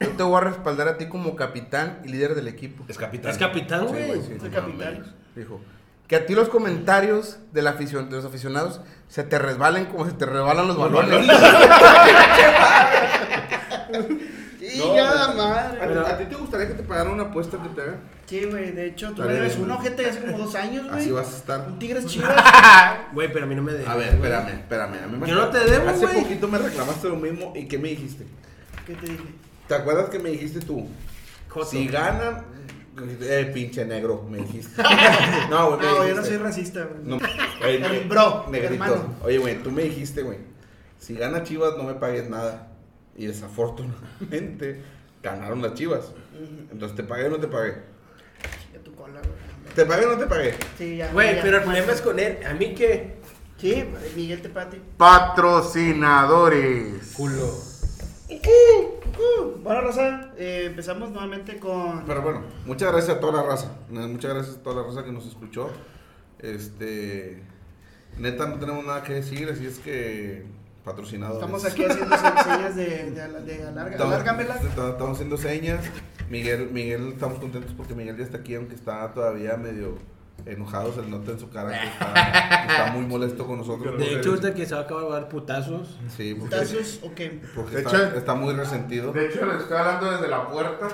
[SPEAKER 3] Yo te voy a respaldar a ti como capitán y líder del equipo.
[SPEAKER 2] Es capitán.
[SPEAKER 4] Es capitán,
[SPEAKER 3] Sí,
[SPEAKER 4] güey.
[SPEAKER 3] güey, sí.
[SPEAKER 1] Es el capitán.
[SPEAKER 3] Dijo, que a ti los comentarios de, la afición, de los aficionados se te resbalen como se te resbalan los balones.
[SPEAKER 1] Y
[SPEAKER 2] No,
[SPEAKER 1] ya,
[SPEAKER 4] pues,
[SPEAKER 2] güey.
[SPEAKER 1] madre.
[SPEAKER 2] ¿A ti- ¿A ti te gustaría que te pagaran una apuesta que te hagan?
[SPEAKER 1] Sí, güey, de hecho, tú
[SPEAKER 2] Dale,
[SPEAKER 1] me debes
[SPEAKER 2] güey.
[SPEAKER 1] un ojete hace como dos años, güey.
[SPEAKER 2] Así vas a estar.
[SPEAKER 1] Un Tigres Chivas.
[SPEAKER 4] Güey, pero a mí no me de.
[SPEAKER 2] A ver, espérame, espérame. A mí me-
[SPEAKER 4] Yo no te debo,
[SPEAKER 2] Hace
[SPEAKER 4] güey.
[SPEAKER 2] poquito me reclamaste lo mismo y ¿qué me dijiste?
[SPEAKER 1] ¿Qué te dije?
[SPEAKER 2] ¿Te acuerdas que me dijiste tú? Si ganan, eh, pinche negro, me dijiste. No, güey, me
[SPEAKER 1] No, yo no
[SPEAKER 2] dijiste.
[SPEAKER 1] soy racista, güey.
[SPEAKER 2] No, güey,
[SPEAKER 1] El
[SPEAKER 2] me-
[SPEAKER 1] bro,
[SPEAKER 2] negrito.
[SPEAKER 1] hermano.
[SPEAKER 2] Oye, güey, tú me dijiste, güey, si gana Chivas no me pagues nada. Y desafortunadamente ganaron las Chivas. Entonces, ¿te pagué o no te pagué?
[SPEAKER 1] Ya tu cola, güey.
[SPEAKER 2] ¿Te pagué o no te pagué?
[SPEAKER 1] Sí, ya.
[SPEAKER 4] Güey,
[SPEAKER 1] ya. pues.
[SPEAKER 4] pero el problema es con él. ¿A mí qué?
[SPEAKER 1] Sí, Miguel Tepati.
[SPEAKER 3] Patrocinadores.
[SPEAKER 4] Culo.
[SPEAKER 3] Pues,
[SPEAKER 1] Bueno, Rosa, eh, empezamos nuevamente con.
[SPEAKER 2] Pero bueno, muchas gracias a toda la raza. Ne- Muchas gracias a toda la raza que nos escuchó. Este. Neta, no tenemos nada que decir, así es que. Patrocinadores.
[SPEAKER 1] Estamos aquí haciendo señas de, de, ala- de alarga-
[SPEAKER 2] Estamos-
[SPEAKER 1] alárgamela.
[SPEAKER 2] Estamos estamos haciendo señas. Miguel, Miguel, estamos contentos porque Miguel ya está aquí, aunque está todavía medio enojado. Se le nota en su cara que está, que está muy molesto con nosotros.
[SPEAKER 3] pues,
[SPEAKER 4] De hecho,
[SPEAKER 2] porque-
[SPEAKER 4] ahorita que se va a acabar de dar putazos.
[SPEAKER 2] Sí, porque,
[SPEAKER 1] ¿Tazos o qué?
[SPEAKER 2] porque
[SPEAKER 3] De
[SPEAKER 2] está,
[SPEAKER 3] hecho-
[SPEAKER 2] está muy resentido.
[SPEAKER 3] De hecho, le estoy hablando desde la puerta.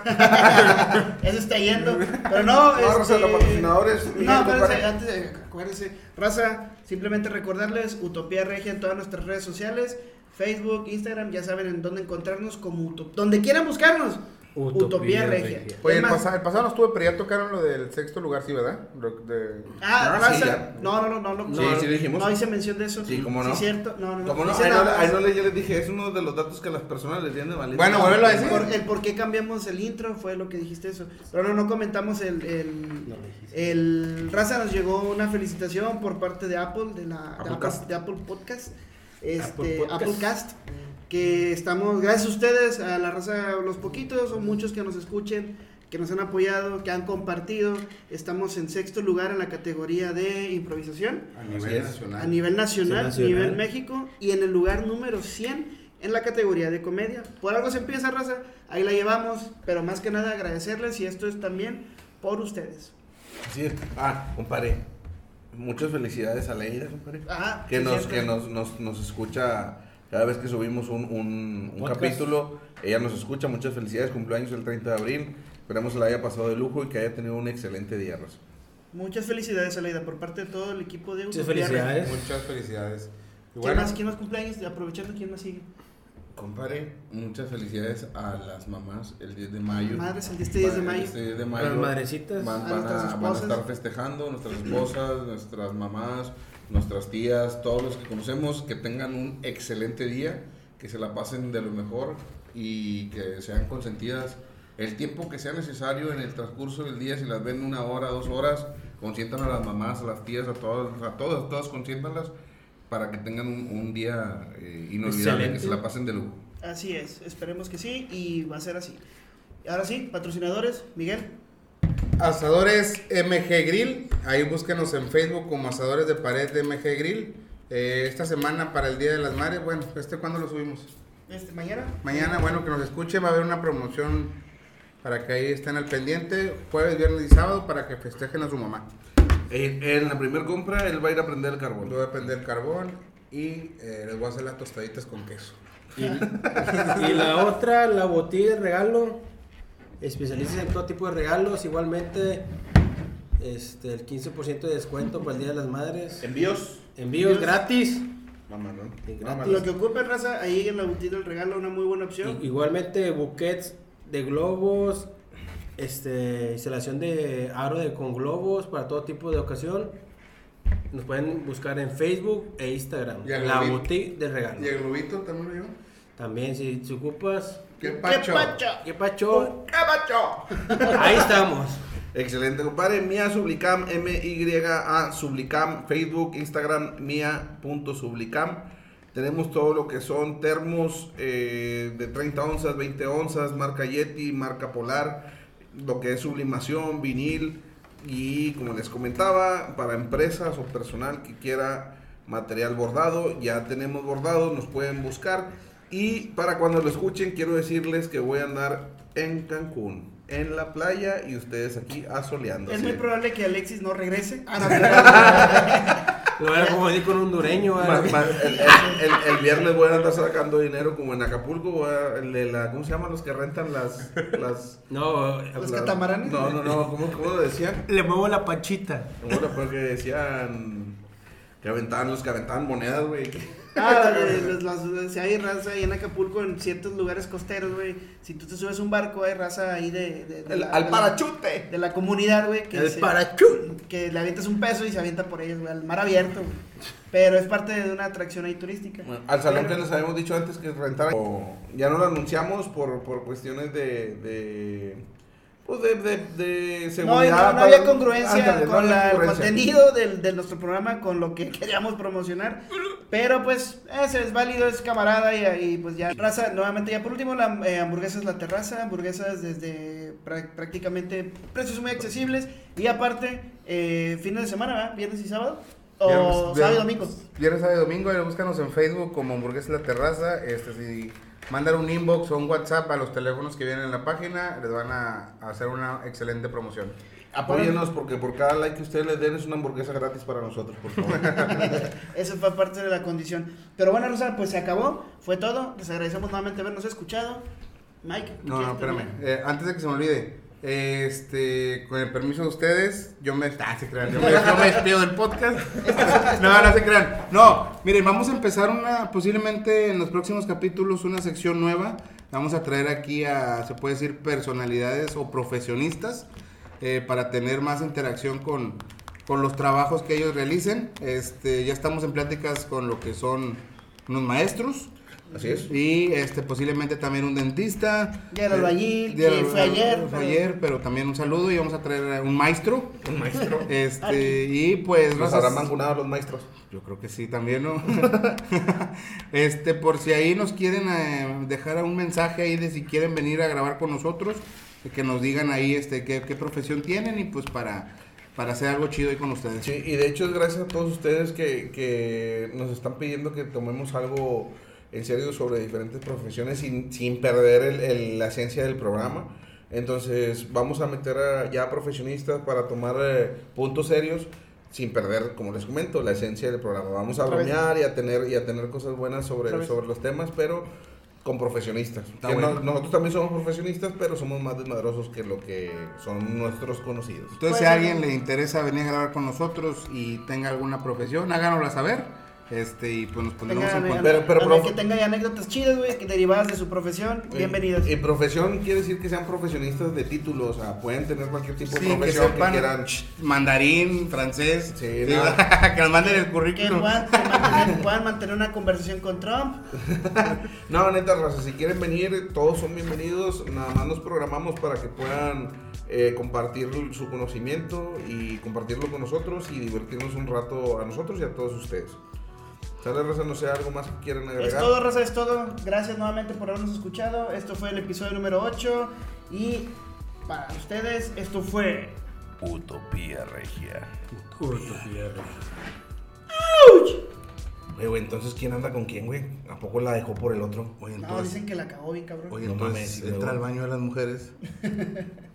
[SPEAKER 1] Eso está yendo. Pero no,
[SPEAKER 2] No, Rosa,
[SPEAKER 1] este-
[SPEAKER 2] los patrocinadores, Miguel,
[SPEAKER 1] No, espérense,
[SPEAKER 2] compadre.
[SPEAKER 1] antes de. Acuérdense. Raza, simplemente recordarles Utopía Regia en todas nuestras redes sociales: Facebook, Instagram. Ya saben en dónde encontrarnos como Utopía. Donde quieran buscarnos. Utopía, Regia.
[SPEAKER 5] Regia.
[SPEAKER 3] Oye,
[SPEAKER 1] Es
[SPEAKER 3] el,
[SPEAKER 1] más-
[SPEAKER 3] pasa- el pasado no estuve, pero ya tocaron lo del sexto lugar, sí, ¿verdad? Lo de-
[SPEAKER 1] Ah,
[SPEAKER 2] Ah,
[SPEAKER 1] vas
[SPEAKER 2] sí,
[SPEAKER 1] a-
[SPEAKER 2] ya.
[SPEAKER 1] no, no, no, no, no.
[SPEAKER 2] Sí,
[SPEAKER 1] no,
[SPEAKER 2] sí lo dijimos.
[SPEAKER 1] No hice mención de eso.
[SPEAKER 2] Sí, cómo no.
[SPEAKER 1] Sí, cierto. No, no, no.
[SPEAKER 2] Como no,
[SPEAKER 1] hice
[SPEAKER 2] ahí no,
[SPEAKER 1] nada
[SPEAKER 2] ahí
[SPEAKER 1] más.
[SPEAKER 2] no le, yo les dije, es uno de los datos que a las personas les tienen de valer.
[SPEAKER 3] Bueno, vuélvelo a decir.
[SPEAKER 1] Por- el por qué cambiamos el intro fue lo que dijiste eso. Pero no, no comentamos el... el el Raza nos llegó una felicitación por parte de Apple, de la de Apple,
[SPEAKER 2] Applecast.
[SPEAKER 1] de Apple Podcast, este,
[SPEAKER 5] Apple
[SPEAKER 1] Applecast.
[SPEAKER 5] Podcast.
[SPEAKER 1] que estamos, gracias a ustedes, a la Raza, los poquitos o muchos que nos escuchen, que nos han apoyado, que han compartido, estamos en sexto lugar en la categoría de improvisación.
[SPEAKER 3] A
[SPEAKER 2] Así
[SPEAKER 3] nivel
[SPEAKER 2] es.
[SPEAKER 3] nacional.
[SPEAKER 1] A nivel nacional,
[SPEAKER 4] Nacional.
[SPEAKER 1] nivel México, y en el lugar número 100 en la categoría de comedia. Por algo se empieza, raza, ahí la llevamos, pero más que nada agradecerles y esto es también por ustedes.
[SPEAKER 2] Sí, ah, compadre. Muchas felicidades a Leida, compadre.
[SPEAKER 1] Ajá,
[SPEAKER 2] que
[SPEAKER 1] Ah, sí,
[SPEAKER 2] nos,
[SPEAKER 1] cierto.
[SPEAKER 2] que nos, nos, nos escucha cada vez que subimos un, un, un
[SPEAKER 5] Podcast.
[SPEAKER 2] capítulo. Ella nos escucha, muchas felicidades, cumpleaños el 30 de abril. Esperemos la haya pasado de lujo y que haya tenido un excelente día, Rosa.
[SPEAKER 1] Muchas felicidades, Aleida, por parte de todo el equipo de
[SPEAKER 4] Muchas
[SPEAKER 1] Utopía Radio.
[SPEAKER 4] felicidades.
[SPEAKER 3] Muchas felicidades. Y
[SPEAKER 1] ¿Quién,
[SPEAKER 3] bueno,
[SPEAKER 1] más, ¿Quién más cumpleaños? Aprovechando, ¿quién más sigue?
[SPEAKER 2] Compadre, muchas felicidades a las mamás el 10 de mayo.
[SPEAKER 1] Madres, el 10 de 10 de mayo.
[SPEAKER 2] Este 10 de
[SPEAKER 4] A
[SPEAKER 2] mayo.
[SPEAKER 4] las madrecitas.
[SPEAKER 2] Van,
[SPEAKER 1] A
[SPEAKER 2] van
[SPEAKER 1] nuestras
[SPEAKER 2] a, van a
[SPEAKER 1] esposas.
[SPEAKER 2] estar festejando, nuestras esposas, nuestras mamás, nuestras tías, todos los que conocemos, que tengan un excelente día, que se la pasen de lo mejor y que sean consentidas el tiempo que sea necesario en el transcurso del día, si las ven una hora, dos horas, consientan a las mamás, a las tías, a todas, a todas, todas consiéntanlas para que tengan un, un día eh, inolvidable,
[SPEAKER 5] Excelente.
[SPEAKER 2] que se la pasen de lujo.
[SPEAKER 1] Así es, esperemos que sí y va a ser así. Ahora sí, patrocinadores, Miguel.
[SPEAKER 3] Asadores MG Grill. Ahí búsquenos en Facebook como Asadores de Pared de MG Grill. Eh, esta semana para el Día de las Madres, bueno, ¿este cuándo lo subimos?
[SPEAKER 1] Este, mañana.
[SPEAKER 3] Mañana, bueno, que nos escuche, va a haber una promoción para que ahí estén al pendiente. Jueves, viernes y sábado para que festejen a su mamá.
[SPEAKER 2] En, en la primera compra, él va a ir a prender el carbón.
[SPEAKER 3] Yo voy a prender carbón y eh, les voy a hacer las tostaditas con queso.
[SPEAKER 4] Y la otra, la botella de regalo. Especialistas en todo tipo de regalos. Igualmente, este, el 15% de descuento para el Día de las Madres.
[SPEAKER 2] Envíos.
[SPEAKER 4] Envíos gratis.
[SPEAKER 2] Mamá, ¿no?
[SPEAKER 4] Y gratis.
[SPEAKER 1] Lo que ocupe, raza, ahí en la botita del regalo, una muy buena opción.
[SPEAKER 4] I- Igualmente buquets de globos, este, instalación de aro de con globos para todo tipo de ocasión. Nos pueden buscar en Facebook e Instagram.
[SPEAKER 3] Y el
[SPEAKER 4] La
[SPEAKER 3] globito.
[SPEAKER 4] boutique de regalo.
[SPEAKER 3] ¿Y el globito también lo llevo?
[SPEAKER 4] También si te ocupas.
[SPEAKER 3] ¿Qué
[SPEAKER 1] ¡Qué
[SPEAKER 3] pacho?
[SPEAKER 1] pacho!
[SPEAKER 4] ¿Qué pacho?
[SPEAKER 3] ¡Qué pacho!
[SPEAKER 4] Ahí estamos.
[SPEAKER 2] Excelente, compadre. Mía Sublicam, M-Y-A Sublicam, Facebook, Instagram, mía.sublicam. Tenemos todo lo que son termos eh, de 30 onzas, 20 onzas, marca Yeti, marca Polar, lo que es sublimación, vinil y como les comentaba, para empresas o personal que quiera material bordado, ya tenemos bordados, nos pueden buscar. Y para cuando lo escuchen, quiero decirles que voy a andar en Cancún, en la playa y ustedes aquí asoleando.
[SPEAKER 1] Es
[SPEAKER 2] así
[SPEAKER 1] muy
[SPEAKER 2] de-
[SPEAKER 1] probable que Alexis Ah, no regrese.
[SPEAKER 4] Lo voy a confundir con un dureño.
[SPEAKER 2] Ma- ma- el, el- el- el viernes voy a andar sacando dinero como en Acapulco, voy a- el de la, ¿cómo se llaman los que rentan las... las
[SPEAKER 4] No,
[SPEAKER 1] ¿Los
[SPEAKER 2] las-
[SPEAKER 1] catamaranes?
[SPEAKER 2] No, no, no, ¿cómo, cómo lo decían?
[SPEAKER 4] le muevo la panchita.
[SPEAKER 2] ¿Cómo lo fue que decían? Que aventaban los que aventaban monedas, güey. que-
[SPEAKER 1] Ah, eh, las- las- si hay raza ahí en Acapulco, en ciertos lugares costeros, güey. Si tú te subes a un barco, hay raza ahí de. de- de
[SPEAKER 2] el-
[SPEAKER 1] la-
[SPEAKER 2] al
[SPEAKER 1] de la-
[SPEAKER 2] parachute.
[SPEAKER 1] De la comunidad, güey. Que,
[SPEAKER 4] El
[SPEAKER 1] se-
[SPEAKER 4] parachú.
[SPEAKER 1] que le avientas un peso y se avienta por ellos, güey. Al mar abierto, güey. Pero es parte de una atracción ahí turística.
[SPEAKER 2] Al salón que
[SPEAKER 1] Pero-
[SPEAKER 2] les habíamos dicho antes que rentaran. o- Ya no lo anunciamos por, por cuestiones de. de pues de, de, de
[SPEAKER 1] No, y
[SPEAKER 2] seguridad.
[SPEAKER 1] no, no
[SPEAKER 2] para-
[SPEAKER 1] había congruencia
[SPEAKER 2] Ándale, no
[SPEAKER 1] con
[SPEAKER 2] había
[SPEAKER 1] la- el
[SPEAKER 2] congruencia.
[SPEAKER 1] contenido del- de nuestro programa, con lo que queríamos promocionar. Pero pues, ese es válido, es camarada y, y, pues ya. Raza, nuevamente, ya por último, la eh, hamburguesas La Terraza, hamburguesas desde prá- prácticamente precios muy accesibles. Y aparte, eh, fines de semana, ¿verdad? Viernes y sábado. O sábado y domingo.
[SPEAKER 3] Viernes, sábado y domingo. Y búscanos en Facebook como Hamburguesa La Terraza. Este, si mandan un inbox o un WhatsApp a los teléfonos que vienen en la página, les van a hacer una excelente promoción.
[SPEAKER 2] Apóyennos porque por cada like que ustedes les den es una hamburguesa gratis para nosotros, por favor.
[SPEAKER 1] Eso fue parte de la condición. Pero bueno, Rosa, pues se acabó. Fue todo. Les agradecemos nuevamente habernos escuchado. Mike.
[SPEAKER 3] No, no,
[SPEAKER 1] ¿quieres terminar?
[SPEAKER 3] espérame. Eh, antes de que se me olvide, Este, con el permiso de ustedes, yo me, ah, se crean, yo, me, yo me despido del podcast. No, no se crean. No, miren, vamos a empezar una, posiblemente en los próximos capítulos, una sección nueva. Vamos a traer aquí a, se puede decir, personalidades o profesionistas eh, para tener más interacción con, con los trabajos que ellos realicen. Este, ya estamos en pláticas con lo que son unos maestros.
[SPEAKER 2] Así es.
[SPEAKER 3] Y este posiblemente también un dentista. Eh,
[SPEAKER 1] Y el albañil,
[SPEAKER 3] Y el
[SPEAKER 1] que fue
[SPEAKER 3] albañil,
[SPEAKER 1] ayer,
[SPEAKER 3] fue
[SPEAKER 1] pero-
[SPEAKER 3] ayer, pero también un saludo y vamos a traer a un maestro.
[SPEAKER 2] Un maestro.
[SPEAKER 3] Este, y pues
[SPEAKER 2] Nos
[SPEAKER 3] razas-
[SPEAKER 2] habrán vacunado los maestros.
[SPEAKER 3] Yo creo que sí también, ¿no? este, por si ahí nos quieren eh, dejar un mensaje ahí de si quieren venir a grabar con nosotros, de que nos digan ahí este qué, qué profesión tienen y pues para para hacer algo chido ahí con ustedes.
[SPEAKER 2] Sí, y de hecho es gracias a todos ustedes que, que nos están pidiendo que tomemos algo en serio sobre diferentes profesiones sin, sin perder el- el- la esencia del programa. Entonces vamos a meter a, ya a profesionistas para tomar eh, puntos serios sin perder, como les comento, la esencia del programa. Vamos a
[SPEAKER 1] Otra vez.
[SPEAKER 2] bromear y a tener y a tener cosas buenas
[SPEAKER 1] Otra
[SPEAKER 2] sobre,
[SPEAKER 1] vez.
[SPEAKER 2] sobre los temas, pero con profesionistas.
[SPEAKER 3] Está
[SPEAKER 2] Que
[SPEAKER 3] bueno.
[SPEAKER 2] no- nosotros también somos profesionistas, pero somos más desmadrosos que lo que son nuestros conocidos.
[SPEAKER 3] Entonces,
[SPEAKER 1] Puede
[SPEAKER 3] si
[SPEAKER 1] ser.
[SPEAKER 3] a alguien le interesa venir a grabar con nosotros y tenga alguna profesión, háganosla saber. Este, y pues nos pondremos
[SPEAKER 1] Tengan,
[SPEAKER 3] en
[SPEAKER 1] eh,
[SPEAKER 3] contacto.
[SPEAKER 2] Pero- pero,
[SPEAKER 1] a ver,
[SPEAKER 2] profe-
[SPEAKER 1] que tengan anécdotas chidas, güey, que derivadas de su profesión. Bienvenidos.
[SPEAKER 2] Y, y Eh, profesión quiere decir que sean profesionistas de título, o sea, pueden tener cualquier tipo de
[SPEAKER 3] Sí, que
[SPEAKER 2] pues, profesión que,
[SPEAKER 3] sepan
[SPEAKER 2] quieran.
[SPEAKER 3] mandarín, francés.
[SPEAKER 2] Sí,
[SPEAKER 3] sí,
[SPEAKER 2] no.
[SPEAKER 3] que nos manden el
[SPEAKER 1] que
[SPEAKER 3] currículum.
[SPEAKER 1] puedan, que mantener- puedan mantener una conversación con Trump.
[SPEAKER 2] No, neta, raza, si quieren venir, todos son bienvenidos. Nada más nos programamos para que puedan eh, compartir su conocimiento y compartirlo con nosotros y divertirnos un rato a nosotros y a todos ustedes. Sale, raza, no sé, algo más que quieran agregar.
[SPEAKER 1] Es todo, Raza, es todo. Gracias nuevamente por habernos escuchado. Esto fue el episodio número 8. Y para ustedes, esto fue.
[SPEAKER 2] Utopía regia. Eh, Güey, güey, entonces, ¿quién anda con quién, güey? ¿A poco la dejó por el otro?
[SPEAKER 3] Oye,
[SPEAKER 1] No,
[SPEAKER 3] entonces,
[SPEAKER 1] dicen que la cagó bien, cabrón.
[SPEAKER 3] oye,
[SPEAKER 2] No
[SPEAKER 3] entonces
[SPEAKER 2] mames, luego.
[SPEAKER 3] entra al baño de las mujeres.